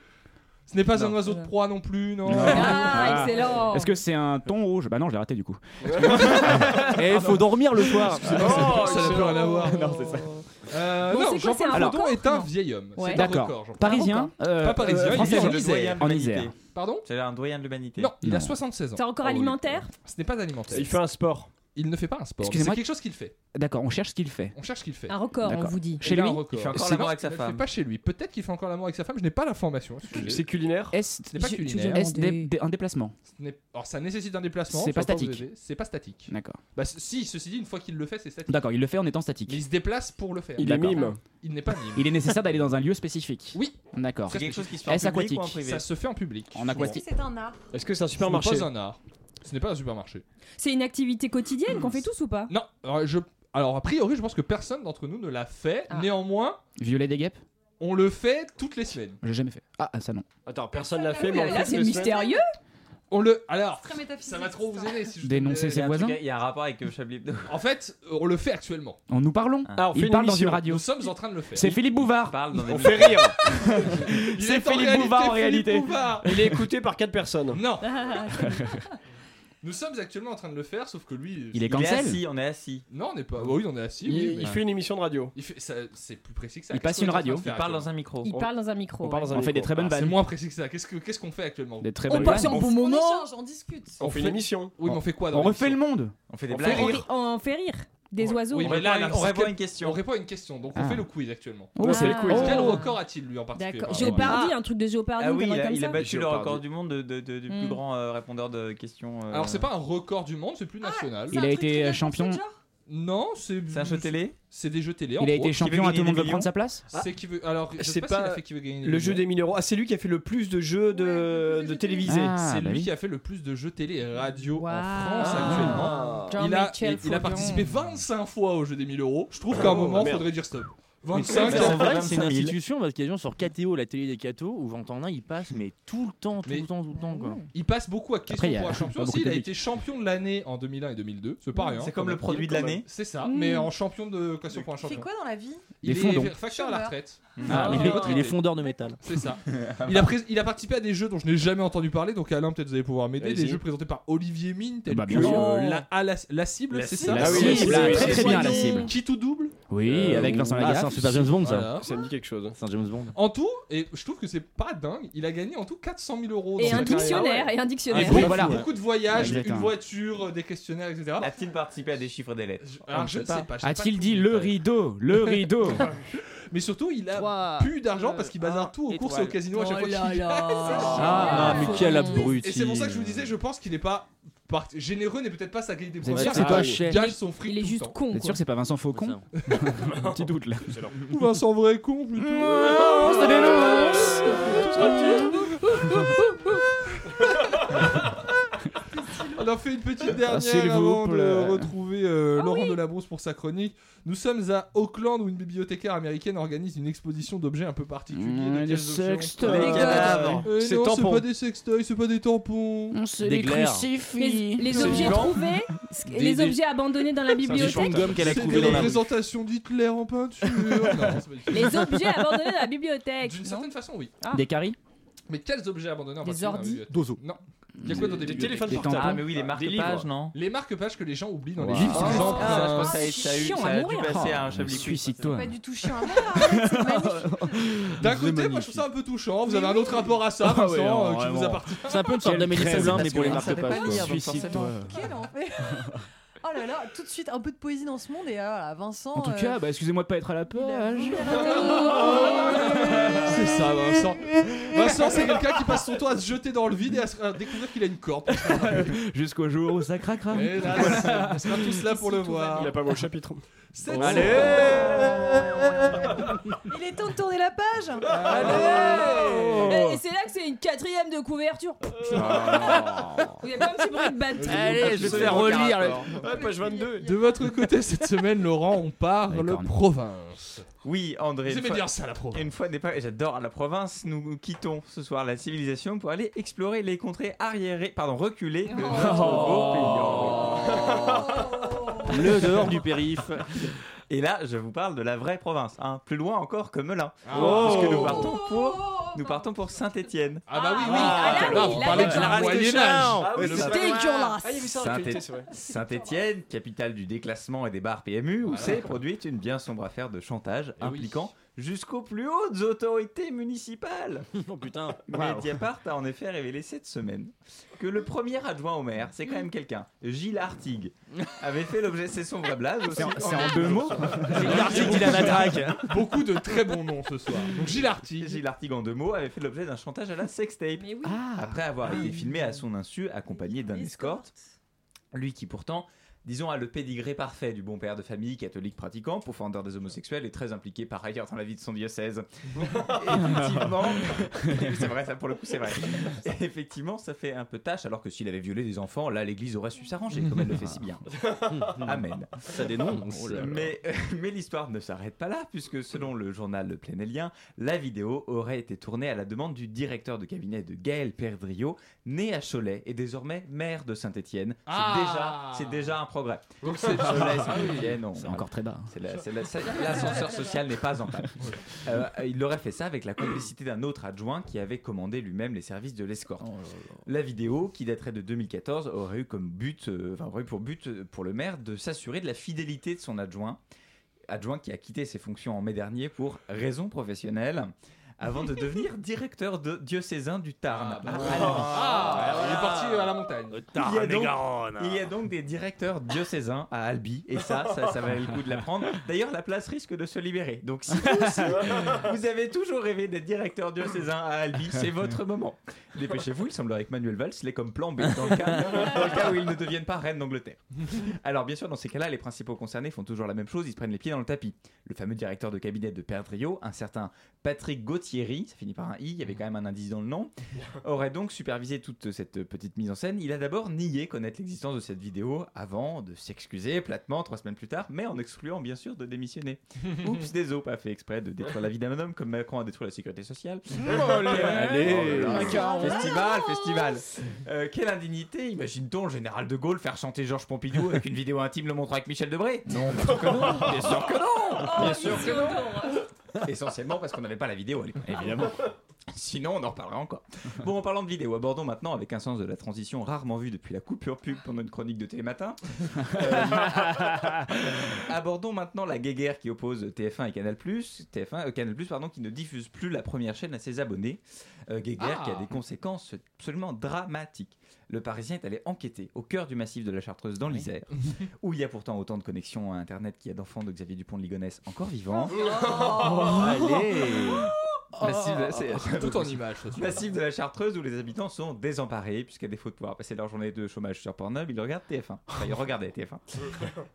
S1: Ce n'est pas
S8: Non.
S1: un oiseau de proie non plus, non
S10: Ah, excellent.
S2: Est-ce que c'est un ton rouge Bah non, je l'ai raté du coup.
S8: Eh, faut dormir le soir.
S1: Excusez-moi, ça n'a- ça n'a plus rien à voir.
S2: Non, c'est ça.
S1: Euh,
S2: Bon,
S1: non,
S2: c'est quoi,
S1: Jean-Paul
S2: c'est un
S1: Faudon
S2: record
S1: est un vieil homme.
S2: Ouais.
S1: C'est un
S2: D'accord.
S1: record, Jean-Paul.
S2: Parisien Euh,
S1: Pas parisien,
S2: euh,
S1: il est
S2: français,
S1: en
S2: le
S1: Isère.
S2: doyen de l'humanité.
S1: Pardon
S13: C'est un doyen de l'humanité.
S1: Non, il a
S13: Non.
S1: 76 ans.
S10: T'es encore
S1: Oh, oui.
S10: alimentaire
S1: Ce n'est pas alimentaire.
S12: Il fait un sport.
S1: Il ne fait pas un sport. mais C'est
S2: Excusez-moi.
S1: quelque chose qu'il fait.
S2: D'accord, on cherche ce qu'il fait.
S1: On cherche ce qu'il fait.
S10: Un record, on
S2: D'accord.
S10: vous dit.
S2: Chez
S1: Il a
S2: lui
S1: un record.
S2: Il fait encore
S1: C'est
S2: l'amour
S1: vrai
S2: avec
S1: qu'il
S2: sa
S1: ne le fait
S2: femme.
S1: pas chez lui. Peut-être qu'il fait encore l'amour avec sa femme, je n'ai pas l'information. à ce sujet.
S12: C'est culinaire
S2: Est-ce
S1: Ce n'est pas culinaire.
S2: est-ce des- des- un déplacement
S1: Ce n'est- Alors ça nécessite un déplacement.
S2: C'est
S1: je
S2: pas
S1: vais vous
S2: statique.
S1: aider. C'est pas statique.
S2: D'accord.
S1: Bah c- si, ceci dit, une fois qu'il le fait, c'est statique.
S2: D'accord, il le fait en étant statique.
S1: Il se déplace pour le faire.
S2: Il est D'accord. mime.
S1: Il n'est pas mime.
S2: Il est nécessaire d'aller dans un lieu spécifique.
S1: Oui.
S2: D'accord.
S1: C'est quelque chose qui se fait en
S2: Est-ce
S1: public
S2: aquatique
S1: ou en privé Ça se fait en public.
S2: En aquatique.
S10: c'est un art
S12: Est-ce que c'est un
S1: Ce n'est pas un art. Ce n'est pas un supermarché.
S10: C'est une activité quotidienne qu'on fait tous ou pas
S1: Non, alors, je... alors a priori, je pense que personne d'entre nous ne l'a fait. Néanmoins,
S2: Violer des guêpes
S1: on le fait toutes les semaines.
S2: J'ai jamais fait. Ah, ah, ça non.
S12: Attends, personne l'a fait,
S1: oui,
S12: mais on
S1: là,
S12: le fait
S1: c'est
S12: toutes les semaines.
S1: mystérieux. On le. Alors, ça va trop vous aider si je
S2: Dénoncer ses
S13: Euh, Il y a un
S2: voisins
S13: truc- Il y a un rapport avec euh, Chablis Hebdo.
S1: En fait, on le fait actuellement.
S2: En nous parlons
S1: Ah, on fait
S2: Il
S1: une
S2: parle dans
S1: émission.
S2: une radio.
S1: Nous sommes en train de le faire.
S2: C'est Philippe Bouvard.
S13: On
S12: fait rire.
S1: Il
S12: C'est
S1: est en
S12: Philippe
S1: réalité
S12: Bouvard en
S1: Philippe
S12: réalité.
S1: Bouvard.
S12: Il est écouté par 4 personnes.
S1: Non. Nous sommes actuellement en train de le faire, sauf que lui.
S12: Il est cancel.
S13: assis, on est assis.
S1: Non, on n'est pas. Oui, on est assis.
S12: Il,
S1: oui,
S12: il
S1: mais-
S12: fait une émission de radio.
S1: Il fait- ça- C'est plus précis que ça.
S12: Il passe
S1: Qu'est-ce
S12: une
S1: qu'on est en train
S12: radio.
S1: de faire
S12: Il parle
S1: actuellement
S12: dans un micro.
S10: Il parle dans un micro.
S12: On parle
S10: ouais.
S12: dans un On fait micro. des très bonnes
S1: Ah, C'est
S12: vannes.
S1: moins précis que ça. Qu'est-ce que- qu'est-ce qu'on fait actuellement
S2: Des très
S10: On
S2: bonnes
S10: passe
S2: vannes.
S10: un bon moment.
S9: on discute.
S12: On fait une émission.
S1: Oui, mais on fait quoi dans
S2: On refait le monde.
S13: On fait
S1: des
S10: On fait rire. On fait rire. Des oiseaux.
S1: Oui, mais là, là, parce que- On répond à une question, donc on
S2: Ah.
S1: fait le quiz actuellement.
S2: Oh, c'est le quiz.
S1: Quel
S2: Oh.
S1: record a-t-il lui en particulier
S10: Ah.
S1: hein.
S10: D'accord.
S1: par rapport à-
S10: Géopardi, un truc de Géopardi.
S13: Ah
S10: ou
S13: oui,
S10: un
S13: il
S10: truc
S13: a,
S10: comme
S13: il a
S10: ça.
S13: battu le
S1: Géopardi.
S13: record du monde de- de- de- du
S10: Hmm.
S13: plus grand euh, répondeur de questions. euh,
S1: Alors, c'est pas un record du monde, c'est
S9: Ah,
S1: plus national.
S2: Il a été champion.
S1: Non, c'est. C'est un
S13: jeu télé
S1: C'est des jeux télé. en
S2: Il a
S1: gros.
S2: été champion. à Tout le monde veut prendre sa place
S1: C'est qui veut. Alors, je sais
S12: C'est
S1: pas, s'il
S12: pas
S1: a fait qui veut gagner. des
S12: le jeu
S1: millions.
S12: des 1000 euros. Ah, c'est lui qui a fait le plus de jeux de, de télévisés.
S1: c'est lui qui a fait le plus de jeux télé et radio en France
S12: Ah.
S1: actuellement. Il a,
S12: Jean-Michel
S1: il- il a
S12: Faujon.
S1: participé 25 fois au jeu des 1000 euros. Je
S15: Ah
S1: trouve qu'à un
S12: Oh,
S1: moment, il
S12: merde.
S1: faudrait dire stop.
S8: Mais
S1: 25
S8: c'est- en vrai, c'est une institution parce qu'il y a des gens sur KTO, la télé des cathos, où Ventonin il passe, mais tout le temps, tout le temps, tout le temps. Quoi.
S1: Il passe beaucoup à question
S8: il y a
S1: pour un
S8: pas
S1: champion.
S8: beaucoup
S1: aussi. il a
S8: de
S1: été champion de l'année en 2001 et 2002. C'est pas
S13: Mmh.
S1: rien.
S13: C'est comme
S1: quand
S13: le
S1: même.
S13: produit de l'année.
S1: C'est ça,
S13: Mmh.
S1: mais en champion de question pour un
S9: Mm.
S1: champion.
S9: C'est quoi dans la vie
S1: Il
S8: Des
S1: est
S8: fondants.
S1: facteur à la retraite.
S8: Ah,
S1: Il
S8: il,
S1: est
S8: est, il
S1: retraité.
S8: est fondeur de métal.
S1: C'est ça. Il a, prés- il a participé à des jeux dont je n'ai jamais entendu parler, donc Alain, peut-être vous allez pouvoir m'aider. Des
S8: Allez-y.
S1: jeux présentés par Olivier Mine, tels
S2: Bah,
S1: que
S2: bien sûr.
S1: euh, la, à la, la cible,
S2: La
S1: c'est
S2: cible.
S1: ça
S2: Ben,
S12: Ah
S2: La cible,
S1: Ah oui,
S2: très,
S1: oui,
S2: très
S1: c'est
S2: bien,
S1: ça.
S2: la cible.
S1: Qui tout double
S2: Oui, avec Vincent Lagaffe.
S1: Voilà.
S12: Ça me dit quelque chose.
S8: C'est un James Bond.
S1: En tout, et je trouve que c'est pas dingue, il a gagné en tout 400 000 euros.
S10: Et
S1: dans
S10: un
S1: sa carrière. Ah
S10: dictionnaire, et un dictionnaire.
S1: Et beaucoup,
S10: Ouais, voilà.
S1: beaucoup de voyages,
S13: Ouais, exactement.
S1: une voiture, des questionnaires, etc.
S13: A-t-il participé à des chiffres et des lettres
S1: Alors, je ne sais pas. je sais
S2: A-t-il
S1: pas
S2: dit le rideau Le rideau
S1: Mais surtout, il a plus d'argent parce qu'il bazarde tout aux courses et au casino à chaque
S14: Oh
S1: fois
S14: là
S1: qu'il
S14: là.
S1: C'est
S14: Ah,
S1: génial.
S14: mais quel abruti.
S1: Et c'est pour ça que je vous disais, je pense qu'il n'est pas Par- Généreux n'est peut-être pas sa qualité
S2: Vous êtes
S1: première,
S2: sûr que c'est pas
S1: il
S2: Cher
S1: gâche son fric
S2: Il est
S1: tout le
S2: juste
S1: temps.
S2: con, Vous êtes sûr quoi. que c'est pas Vincent Faucon Un petit doute là.
S1: Ou Vincent Vrai con plutôt.
S14: ça dénonce.
S1: On en fait une petite
S14: Ah, s'il
S1: dernière
S14: vous
S1: avant de
S14: plaît.
S1: retrouver euh,
S10: Ah
S1: Laurent Delabrousse pour sa chronique. Nous sommes à Auckland où une bibliothécaire américaine organise une exposition d'objets un peu particuliers.
S2: Mmh,
S1: de
S2: des
S1: pièces d'objets en
S2: sextoys.
S1: plastique.
S2: Des cadavres.
S1: Euh,
S2: Ces
S1: non, c'est
S2: tampons.
S1: pas des sextoys, c'est pas des tampons.
S10: C'est des glaires. Les, les
S1: C'est
S10: objets
S1: du gant.
S10: trouvés, ce-
S1: Des-
S10: les
S1: des-
S10: objets abandonnés dans la bibliothèque.
S1: C'est des représentations d'Hitler en peinture. Non, c'est pas du tout.
S10: Les objets abandonnés dans la bibliothèque. Ah. D'une
S1: certaine façon, oui.
S2: Des caries
S1: Mais quels objets abandonnés en
S10: Des
S1: particulier dans la
S10: ordis
S1: bibliothèque
S2: Dozo.
S1: Non. Il y a quoi dans des
S13: Des
S1: bibliothèques
S13: téléphones Des portables. tampons. Ah, mais oui, les marque-pages,
S1: livres.
S13: non
S1: Les marque-pages que les gens oublient dans
S13: Wow.
S1: les livres.
S13: Ah,
S1: c'est genre,
S13: ah,
S1: euh,
S13: je pense que ça a- ça a eu- ça a dû passer à un Chablis Quiz.
S2: Suicide-toi.
S16: Pas du tout chiant à mourir, c'est magnifique.
S1: D'un côté, moi je trouve ça un peu touchant. Vous avez un autre rapport à ça,
S8: Ah
S1: Vincent,
S8: ouais, non,
S1: euh, qui
S8: vraiment.
S1: vous appartient.
S8: C'est un peu une sorte Quelle d'Amélie crème, Poulain, mais pour les
S1: marques
S8: marque-pages,
S1: pages
S8: quoi. Suicide-toi.
S9: Quel enfer Oh là là, tout de suite un peu de poésie dans ce monde et ah, voilà, Vincent.
S2: En tout
S9: euh,
S2: cas, bah, excusez-moi de pas être à la page.
S1: C'est ça, Vincent. Vincent, c'est quelqu'un qui passe son temps à se jeter dans le vide et à, se- à découvrir qu'il a une corde.
S2: Jusqu'au jour où ça craquera.
S1: Et là, on sera tous là pour le voir.
S12: Il a pas beau le chapitre.
S1: Cette-
S9: Il est temps de tourner la page
S1: Ah,
S10: Euh, Et c'est là que c'est une quatrième de couverture.
S1: Ah.
S10: Il y a pas un petit bruit de bateau.
S12: Ouais, page 22.
S1: De votre côté, cette semaine, Laurent, on parle province.
S13: Oui, André.
S1: Vous
S13: une
S1: aimez
S13: fois-
S1: bien ça, la province.
S13: Une fois n'est pas. et J'adore la province. Nous quittons ce soir la civilisation pour aller explorer les contrées arriérées, pardon, reculées
S2: Oh.
S13: de notre beau pays.
S8: Le dehors du périph.
S13: Et là, je vous parle de la vraie province, hein, plus loin encore que Melun,
S1: Ah.
S8: Oh.
S13: parce que nous partons pour nous partons pour Saint-Étienne.
S1: Oh. Ah bah oui, oui.
S13: Ah,
S1: là, vous parlez du Moyen Âge.
S13: Ah oui,
S1: Le
S13: c'est
S1: Moyen Âge.
S13: dégueulasse.
S1: Ah, il y avait ça dans l'actualité, c'est vrai.
S13: Saint-Étienne, capitale du déclassement et des bars PMU, où s'est produite une bien sombre affaire de chantage
S1: Eh
S13: impliquant jusqu'aux plus hautes autorités municipales.
S8: Oh putain.
S13: Mediapart a en effet révélé cette semaine que le premier adjoint au maire, c'est quand même quelqu'un, Gilles Artigue, avait fait l'objet, c'est son vrai blaze aussi.
S1: C'est en- c'est en deux mots
S13: Gilles Artigue, il a la drague.
S1: Beaucoup de très bons noms ce soir. Donc Gilles Artigue.
S13: Gilles Artigue en deux mots avait fait l'objet d'un chantage à la sextape.
S1: Ah.
S13: Après avoir été filmé à son insu, accompagné d'un escorte, lui qui pourtant, disons, a le pédigré parfait du bon père de famille, catholique pratiquant, profondeur des homosexuels et très impliqué par ailleurs dans la vie de son diocèse. Effectivement, c'est vrai, ça pour le coup, c'est vrai. Effectivement, ça fait un peu tâche, alors que s'il avait violé des enfants, là, l'église aurait su s'arranger, comme elle le fait si bien. Amen.
S8: Ça dénonce. Oh là là.
S13: Mais, euh, mais l'histoire ne s'arrête pas là, puisque selon le journal Le Planélien, la vidéo aurait été tournée à la demande du directeur de cabinet de Gaël Perdriau, né à Cholet et désormais maire de Saint-Étienne. C'est
S8: Ah.
S13: déjà, c'est déjà un progrès.
S8: Donc
S13: Cholet,
S8: c'est-
S13: Saint-Étienne, on-
S2: C'est encore très bas. hein.
S13: c'est la- c'est la- ça- L'ascenseur social n'est pas en panne. Euh, il aurait fait ça avec la complicité d'un autre adjoint qui avait commandé lui-même les services de l'escorte. La vidéo, qui daterait de 2014, aurait eu comme but, euh, enfin, aurait eu pour but euh, pour le maire de s'assurer de la fidélité de son adjoint, adjoint qui a quitté ses fonctions en mai dernier pour raison professionnelle. Avant de devenir directeur de diocésain du Tarn. Ah, bah À la vie.
S1: bah Ah, il est parti à la montagne.
S13: Il y, a donc, il y a donc des directeurs diocésains à Albi, et ça, ça, ça valait le coup de la prendre. D'ailleurs, la place risque de se libérer. Donc, si vous, si vous avez toujours rêvé d'être directeur diocésain à Albi, c'est votre moment. Dépêchez-vous, il semblerait que Manuel Valls l'ait comme plan B dans le, cas, dans le cas où ils ne deviennent pas reine d'Angleterre. Alors, bien sûr, dans ces cas-là, les principaux concernés font toujours la même chose, ils se prennent les pieds dans le tapis. Le fameux directeur de cabinet de Perdriau, un certain Patrick Gauthieri, ça finit par un i, il y avait quand même un indice dans le nom, aurait donc supervisé toute cette petite mise en scène. Il a d'abord nié connaître l'existence de cette vidéo avant de s'excuser platement trois semaines plus tard, mais en excluant bien sûr de démissionner. Oups, désolé, pas fait exprès de détruire la vie d'un homme comme Macron a détruit la sécurité sociale.
S12: Allez, allez,
S13: Oh là là.
S12: un quart.
S13: festival, festival. Euh, quelle indignité, imagine-t-on le général de Gaulle faire chanter Georges Pompidou avec une vidéo intime le montrant avec Michel Debré Non, bien sûr que non, bien sûr que non, bien sûr que non. Essentiellement parce qu'on n'avait pas la vidéo, à l'époque, évidemment. Sinon, on en reparlera encore. Bon, en parlant de vidéo, abordons maintenant avec un sens de la transition rarement vu depuis la coupure pub pendant une chronique de Télématin. Euh, abordons maintenant la guéguerre qui oppose TF1 et Canal+. TF1, euh, Canal+, pardon, qui ne diffuse plus la première chaîne à ses abonnés. Euh, guéguerre qui a
S8: Ah.
S13: des conséquences absolument dramatiques. Le Parisien est allé enquêter au cœur du massif de la Chartreuse dans l'Isère, où il y a pourtant autant de connexions à Internet qu'il y a d'enfants de Xavier Dupont de Ligonnès encore vivants.
S14: Oh.
S13: Allez Massif,
S6: ah,
S13: c'est-
S6: ah,
S13: c'est un peu
S6: tout en
S13: plus.
S6: images, ça, tu
S13: Massif
S6: vois.
S13: de la Chartreuse où les habitants sont désemparés puisqu'à défaut de pouvoir passer leur journée de chômage sur Pornhub, ils regardent TF1. Enfin, ils regardaient TF1.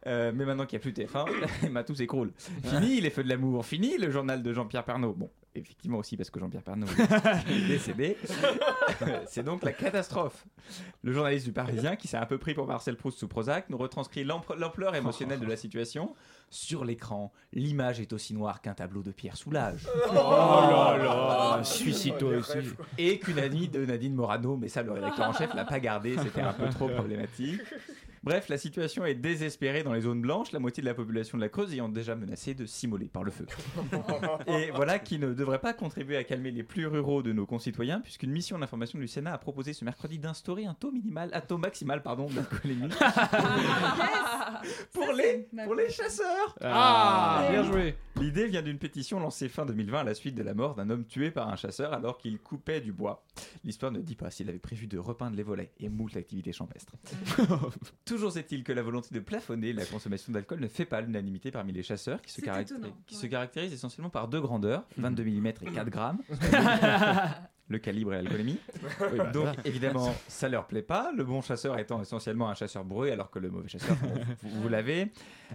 S13: Euh, mais maintenant qu'il n'y a plus TF1, bah, tout s'écroule. Fini les feux de l'amour, fini le journal de Jean-Pierre Pernaud. Bon, effectivement aussi parce que Jean-Pierre Pernaud est décédé. Euh, C'est donc la catastrophe. Le journaliste du Parisien, qui s'est un peu pris pour Marcel Proust sous Prozac, nous retranscrit l'amp- l'ampleur émotionnelle de la situation. Sur l'écran, l'image est aussi noire qu'un tableau de Pierre Soulages.
S12: Oh là là, suicide-toi aussi.
S13: Et qu'une amie de Nadine Morano, mais ça, le rédacteur en chef l'a pas gardé, c'était un peu trop problématique. Bref, la situation est désespérée dans les zones blanches, la moitié de la population de la Creuse ayant déjà menacé de s'immoler par le feu. Et voilà qui ne devrait pas contribuer à calmer les plus ruraux de nos concitoyens, puisqu'une mission d'information du Sénat a proposé ce mercredi d'instaurer un taux minimal, un taux maximal, pardon, d'alcoolémie pour les pour les chasseurs.
S2: Euh,
S6: Ah, bien joué.
S13: L'idée vient d'une pétition lancée fin 2020 à la suite de la mort d'un homme tué par un chasseur alors qu'il coupait du bois. L'histoire ne dit pas s'il avait prévu de repeindre les volets et moult l'activité champestre. Toujours est-il que la volonté de plafonner la consommation d'alcool ne fait pas l'unanimité parmi les chasseurs qui se,
S6: C'est
S13: caractéri-
S6: étonnant,
S13: qui se caractérisent essentiellement par deux grandeurs,
S6: Mhm.
S13: 22 mm et 4 grammes. Le calibre et l'alcoolémie.
S6: Oui, bah,
S13: Donc
S6: ça va.
S13: évidemment, ça leur plaît pas. Le bon chasseur étant essentiellement un chasseur bourré, alors que le mauvais chasseur, bon, vous, vous l'avez.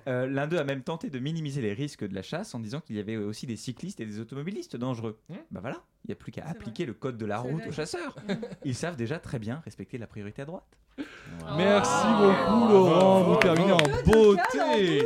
S13: Euh, L'un d'eux a même tenté de minimiser les risques de la chasse en disant qu'il y avait aussi des cyclistes et des automobilistes dangereux.
S1: Mmh.
S13: Bah voilà, il n'y a plus qu'à appliquer le code de la
S6: C'est
S13: route
S6: vrai.
S13: aux chasseurs. Ils savent déjà très bien respecter la priorité à droite.
S1: Merci
S13: Ah.
S1: beaucoup, Laurent. Vous terminez en beauté.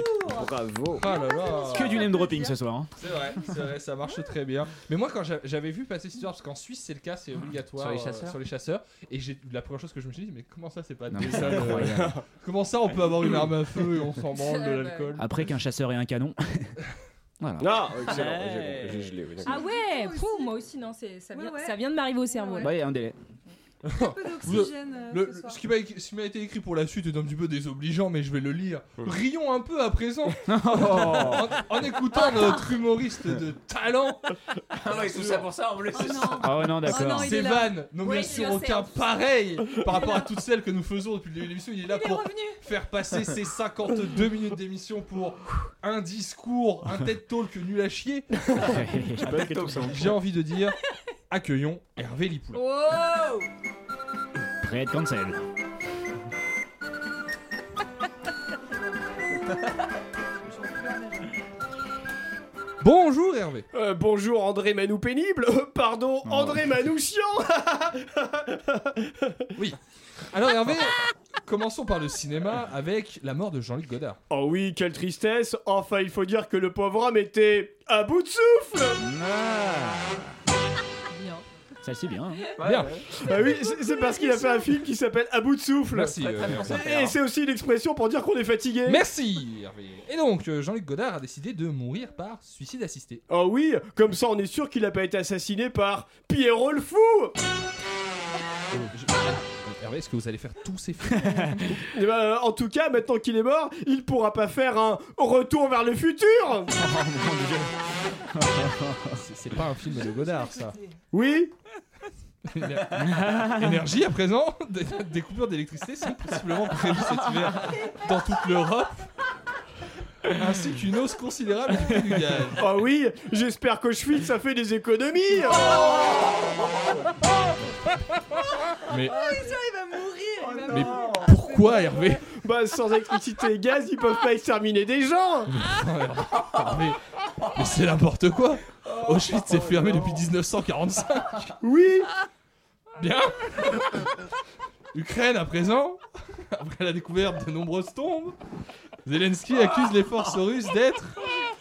S2: Bravo.
S1: Ah là là.
S2: Que du name dropping ce soir. hein.
S1: C'est vrai, c'est vrai, ça marche très bien. Mais moi, quand j'a- j'avais vu passer cette histoire, parce qu'en Suisse, c'est le cas, c'est obligatoire
S13: Sur les
S1: euh,
S13: chasseurs
S1: sur les chasseurs. Et j'ai la première chose que je me suis dit, mais comment ça, c'est pas
S2: Non,
S1: des
S2: mais
S1: salles, euh,
S2: incroyable.
S1: Comment ça, on peut avoir une arme à feu et on s'en branle de l'alcool
S2: Après qu'un chasseur et un canon. voilà.
S12: Ah, excellent, j'ai compris, j'ai- je l'ai, oui, d'accord.
S10: Ah ouais, pouh, moi aussi, non, c'est- ça, vient, ça vient de m'arriver au cerveau. là.
S2: Bah, il y a un délai.
S1: Vous-
S10: d'oxygène, euh,
S1: Ah
S10: ce
S1: le- le-
S10: soir.
S1: ce qui m'a écrit- ce qui m'a été écrit pour la suite est un petit peu désobligeant, mais je vais le lire.
S13: Mmh.
S1: Rions un peu à présent
S2: Oh.
S1: en, en écoutant notre humoriste de talent. Oh
S13: Ah non, ils sont ça pour ça en plus.
S2: Ah ouais, non, d'accord. Oh non, il
S1: Ces
S2: est là.
S1: vannes n'ont bien
S2: Wait
S1: sûr
S2: yourself.
S1: aucun pareil par rapport à toutes celles que nous faisons depuis le début de l'émission. Il est là pour faire passer ces 52 minutes d'émission pour un discours, un TED Talk nul à chier. J'ai envie de dire accueillons Hervé Lipoulin.
S14: Wow
S2: Prêt à être cancel.
S1: Bonjour Hervé.
S12: Euh, bonjour André Manou pénible. Euh, pardon, André Manouchian.
S1: Oui. Alors Hervé, commençons par le cinéma avec la mort de Jean-Luc Godard.
S12: oh oui, quelle tristesse. Enfin, il faut dire que le pauvre homme était à bout de souffle.
S2: Ah. Ça c'est bien. hein.
S1: Bien.
S12: Bah oui, c'est- c'est parce qu'il a fait un film qui s'appelle À bout de souffle.
S1: Merci, euh, Merci.
S12: Et c'est aussi une expression pour dire qu'on est fatigué.
S1: Merci Hervé. Et donc euh, Jean-Luc Godard a décidé de mourir par suicide assisté.
S12: Oh oui, comme ça on est sûr qu'il a pas été assassiné par Pierrot le fou.
S1: Hervé, est-ce que vous allez faire tous ces films
S12: Eh ben, euh, en tout cas, maintenant qu'il est mort, il pourra pas faire un retour vers le
S1: Oh,
S12: futur.
S1: C'est- C'est pas un film de Godard ça.
S12: Oui.
S1: Énergie à présent, des, des coupures d'électricité sont possiblement prévues cet hiver dans toute l'Europe, ainsi qu'une Ah, hausse considérable du prix du gaz.
S12: Oh oui, j'espère que Schwitz ça fait des économies.
S1: Oh. Mais-
S14: il va mourir il va
S1: Mais
S14: mourir.
S1: pourquoi Hervé
S12: Bah sans électricité et gaz, ils peuvent pas exterminer des gens.
S1: Hervé, mais c'est n'importe quoi Auschwitz s'est fermé depuis 1945
S12: Oui
S1: Bien Ukraine à présent, après la découverte de nombreuses tombes, Zelensky accuse les forces russes d'être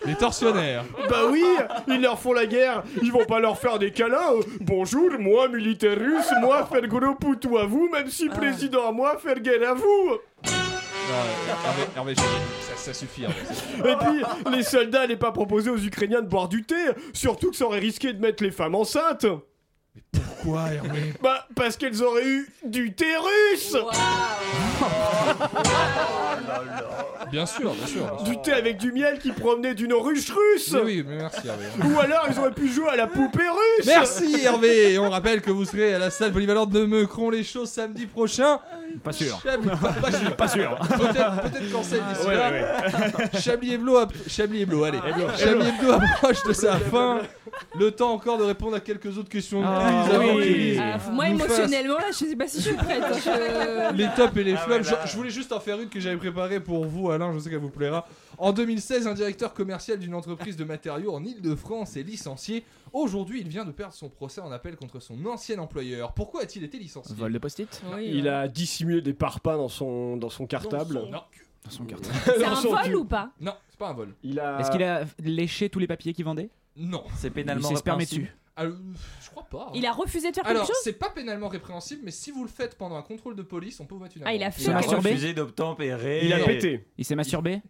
S1: des tortionnaires.
S12: Bah oui, ils leur font la guerre, ils vont pas leur faire des câlins. Euh, Bonjour, moi militaire russe, moi faire gros poutou à vous, même si président à moi faire guerre à vous.
S1: Hervé, Ah Hervé, je- ça, ça suffit Hervé.
S12: Et puis, les soldats n'allaient pas proposer aux Ukrainiens de boire du thé, surtout que ça aurait risqué de mettre les femmes enceintes.
S1: Pourquoi Hervé
S12: Bah, parce qu'elles auraient eu du thé russe
S1: Bien sûr, bien sûr. bien sûr.
S12: Du thé avec du miel qui provenait d'une ruche russe
S1: Mais oui, mais merci Hervé.
S12: Ou alors ils auraient pu jouer à la poupée russe
S1: Merci Hervé Et On rappelle que vous serez à la salle polyvalente de Meucron les choses samedi prochain.
S2: Pas sûr.
S1: Chablis, pas, pas sûr.
S2: Pas sûr.
S1: Peut-être peut-être cancel d'ici
S2: Ouais,
S1: là. Chablis Hebdo, app- Chablis Hebdo, allez. Chablis Hebdo approche de sa fin. Le temps encore de répondre à quelques autres questions. de
S10: Ah,
S1: quiz
S10: oui.
S1: avant que Élise
S10: Ah, faut- moi,
S1: nous fasse
S10: émotionnellement, là, je sais pas si je suis prête. hein, je-
S1: Les tops et
S12: Ah,
S1: les flops. Je- je, voulais juste en faire une que j'avais préparée pour vous, Alain. Je sais qu'elle vous plaira. En 2016, un directeur commercial d'une entreprise de matériaux en Ile-de-France est licencié. Aujourd'hui, il vient de perdre son procès en appel contre son ancien employeur. Pourquoi a-t-il été licencié
S2: Vol de post-it
S12: Il a dissimulé des parpaings dans son, dans son cartable.
S1: Non.
S2: Dans son carton.
S10: C'est
S12: Dans
S10: un
S12: son
S10: vol
S12: cul.
S10: ou pas
S1: Non, c'est pas un vol.
S12: Il a...
S2: Est-ce qu'il a léché Euh, tous les papiers qu'il vendait
S1: Non.
S13: C'est
S2: Il s'est spermé dessus.
S1: Ah, euh, je crois pas.
S10: Il a refusé de faire
S1: Alors,
S10: quelque chose
S1: c'est pas pénalement répréhensible, mais si vous le faites pendant un contrôle de police, on peut vous mettre une
S10: Ah,
S1: amende.
S10: il a
S2: Il a masturbé
S13: Refusé d'obtempérer.
S2: Il a
S12: pété.
S2: Il s'est masturbé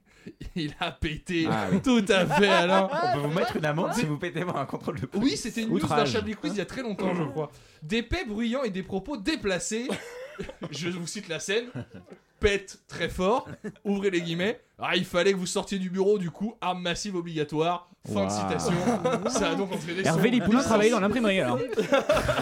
S1: Il a pété.
S13: Ah oui.
S1: Tout à fait, Alain.
S13: On peut vous mettre une amende si vous pétez un contrôle de police.
S1: Oui, c'était une news d'un
S13: Outrage.
S1: Chablis Quiz il y a très longtemps, je crois. Des pets bruyants et des propos déplacés. je vous cite la scène. Pète très fort, ouvrez les guillemets. Ah, il fallait que vous sortiez du bureau, du coup, arme massive obligatoire. Fin de
S2: Waouh.
S1: citation. Ça a donc entraîné son
S2: Hervé Lipoulin
S1: licenciement.
S2: travaillait dans l'imprimerie alors.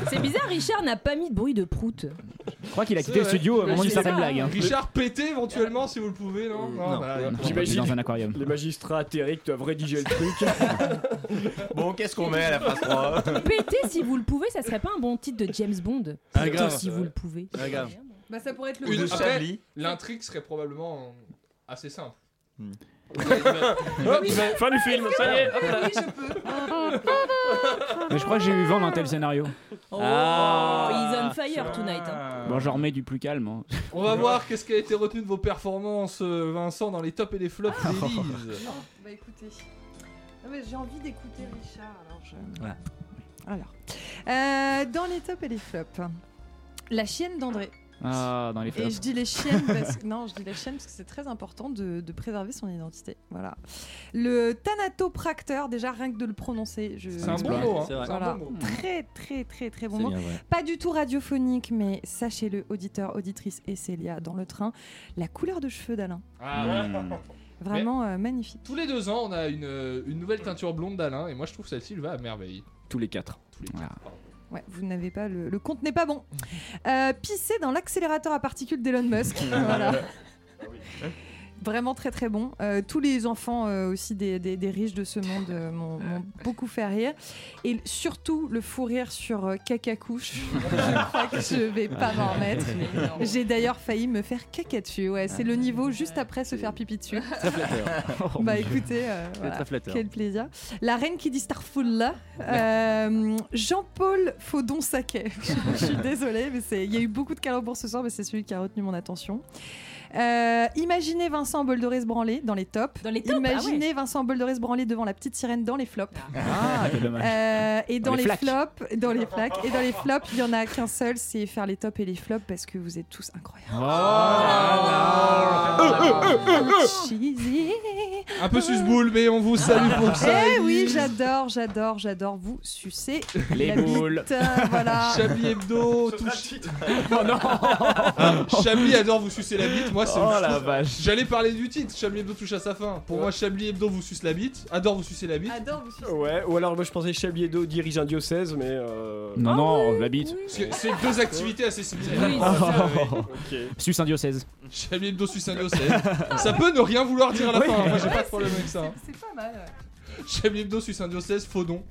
S10: C'est bizarre, Richard n'a pas mis de bruit de prout. Bah,
S2: Je crois qu'il a
S1: C'est
S2: quitté le
S1: vrai.
S2: studio au moment d'une certaine blague. hein.
S1: Richard, pétez éventuellement si vous le pouvez,
S13: Euh,
S1: non, bah,
S2: non,
S1: voilà.
S2: non.
S12: J'imagine
S2: Dans un aquarium.
S12: les magistrats atterrés qui doivent rédiger le truc.
S13: Bon, qu'est-ce qu'on met à la phrase 3
S10: Pété si vous le pouvez, ça serait pas un bon titre de James Bond.
S13: Ah,
S10: Pété
S13: grave.
S10: si vous le pouvez.
S13: Ah, grave.
S9: Bah, ça pourrait être le.
S1: Une-
S13: Ou de
S1: après,
S13: Chablis.
S1: L'intrigue serait probablement euh, assez simple.
S2: Hmm.
S12: Hop, fin du film, ça y est. hop là.
S2: Mais je crois que j'ai eu vent d'un tel scénario. Ah.
S10: Oh, he's on fire tonight. hein.
S2: Bon, j'en remets du plus calme. hein.
S1: On va voir qu'est-ce qui a été retenu de vos performances, euh, Vincent, dans les tops et les flops d'Élise.
S9: Non, bah écoutez. Non, mais j'ai envie d'écouter Richard, alors je.
S1: Voilà.
S9: Alors. Euh, dans les tops et les flops. La chienne d'André.
S2: Ah, dans les
S9: Et
S2: flops.
S9: je dis les chiennes parce que non, je dis les chiennes parce que c'est très important de, de préserver son identité. Voilà. Le thanatopracteur, déjà rien que de le prononcer, je...
S1: C'est un bon mot, hein. C'est vrai.
S9: Voilà.
S1: C'est un bon mot.
S9: Très très très très bon
S1: C'est
S9: mot.
S1: bien vrai.
S9: Pas du tout radiophonique, mais sachez-le, auditeurs, auditrices et Célia dans le train, la couleur de cheveux d'Alain,
S1: Ah, ouais.
S2: Hmm.
S9: vraiment euh, magnifique.
S1: Tous les deux ans, on a une, euh, une nouvelle teinture blonde d'Alain, et moi je trouve celle-ci, elle va à merveille.
S2: Tous les quatre.
S9: Ouais, vous n'avez pas le, le compte n'est pas bon. Euh, pisser dans l'accélérateur à particules d'Elon Musk. voilà. Vraiment très très bon. Euh, tous les enfants euh, aussi des, des- des riches de ce monde euh, m'ont m'ont beaucoup fait rire. Et surtout le fou rire sur euh, caca couche. je crois que je vais pas m'en remettre. J'ai d'ailleurs failli me faire caca dessus. Ouais, c'est le niveau juste après se faire pipi dessus.
S8: Ah. Très flatteur.
S2: Oh
S9: Bah écoutez, euh,
S8: C'est
S9: voilà.
S8: très flatteur.
S9: quel plaisir. La reine qui dit Starful là, Euh, Jean-Paul Faudon Saquet. Je suis désolée, mais c'est- il y a eu beaucoup de calembours ce soir, mais c'est celui qui a retenu mon attention. Euh, imaginez Vincent Boldoré se branler dans les tops.
S10: Dans les tops, ah
S9: imaginez Vincent Boldoré se branler devant la petite sirène dans les flops.
S2: Ah, quel dommage.
S9: Euh, et dans,
S2: Dans les
S9: les,
S2: flaques.
S9: flops, dans les flaques, et dans les flops, il y en a qu'un seul, c'est faire les tops et les flops parce que vous êtes tous incroyables.
S10: Oh,
S9: Cheesy.
S1: Un peu susboule, mais on vous salue pour ça.
S9: Eh oui,
S1: Élise.
S9: j'adore, j'adore, j'adore vous sucer
S2: Les
S9: la
S2: boules.
S9: bite, euh, voilà.
S1: Chablis Hebdo, touche.
S2: Oh
S1: Ah, Chablis adore vous sucer la bite, moi c'est.
S2: Oh la vache.
S1: J'allais parler du titre, Chablis Hebdo touche à sa fin. Pour moi, Chablis Hebdo vous suce la bite, adore vous sucer la bite.
S9: Adore vous sucer.
S12: Ouais, ou alors moi je pensais Chablis Hebdo dirige un diocèse, mais. euh,
S2: Non,
S9: Ah
S2: non, la bite.
S1: Parce que C'est deux activités assez similaires.
S2: Oui,
S1: Ah,
S2: c'est ça.
S1: ouais.
S12: Ok.
S2: Suce un diocèse.
S1: Chablis Hebdo suce un diocèse. Ça peut ne rien vouloir dire à la
S2: Oui.
S1: fin, hein. moi j'ai pas de problème avec ça. hein.
S9: C'est pas mal.
S1: Chablis Hebdo suce un diocèse, faux don.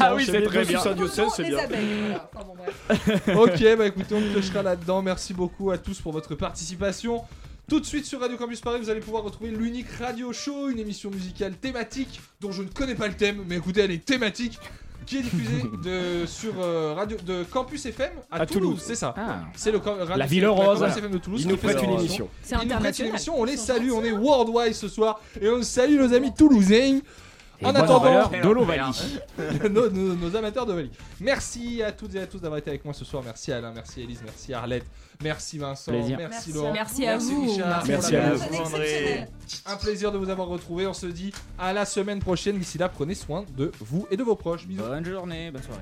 S12: Ah oui, c'est très bien.
S9: Faudon,
S12: c'est
S9: les
S12: bien.
S9: abeilles, voilà. Enfin, bon, bref.
S1: Ok, bah écoutez, on clochera là-dedans. Merci beaucoup à tous pour votre participation. Tout de suite sur Radio Campus Paris, vous allez pouvoir retrouver l'unique radio show, une émission musicale thématique dont je ne connais pas le thème, mais écoutez, elle est thématique, qui est diffusée de, sur euh, radio de Campus FM à,
S12: À
S1: Toulouse,
S12: Toulouse.
S1: c'est ça.
S2: Ah.
S1: C'est le cam- radio-
S2: Ville
S1: la
S2: Rose.
S1: Campus FM de Toulouse.
S12: Il nous
S1: qui fait
S12: prête
S1: cette
S12: une émission.
S10: C'est
S1: Ils nous prêtent une
S10: international.
S1: émission, on les salue, on est worldwide ce soir et on salue nos amis toulousains. En attendant, nos, nos- nos amateurs de Valley. Merci à toutes et à tous d'avoir été avec moi ce soir. Merci Alain, merci Elise, merci Arlette, merci Vincent,
S2: Plaisir.
S1: merci Laurent,
S10: Merci à vous.
S1: Richard.
S12: Merci à vous.
S1: Un plaisir de vous avoir retrouvé. On se dit à la semaine prochaine. D'ici là, prenez soin de vous et de vos proches. Bisous.
S2: Bonne journée, bonne soirée.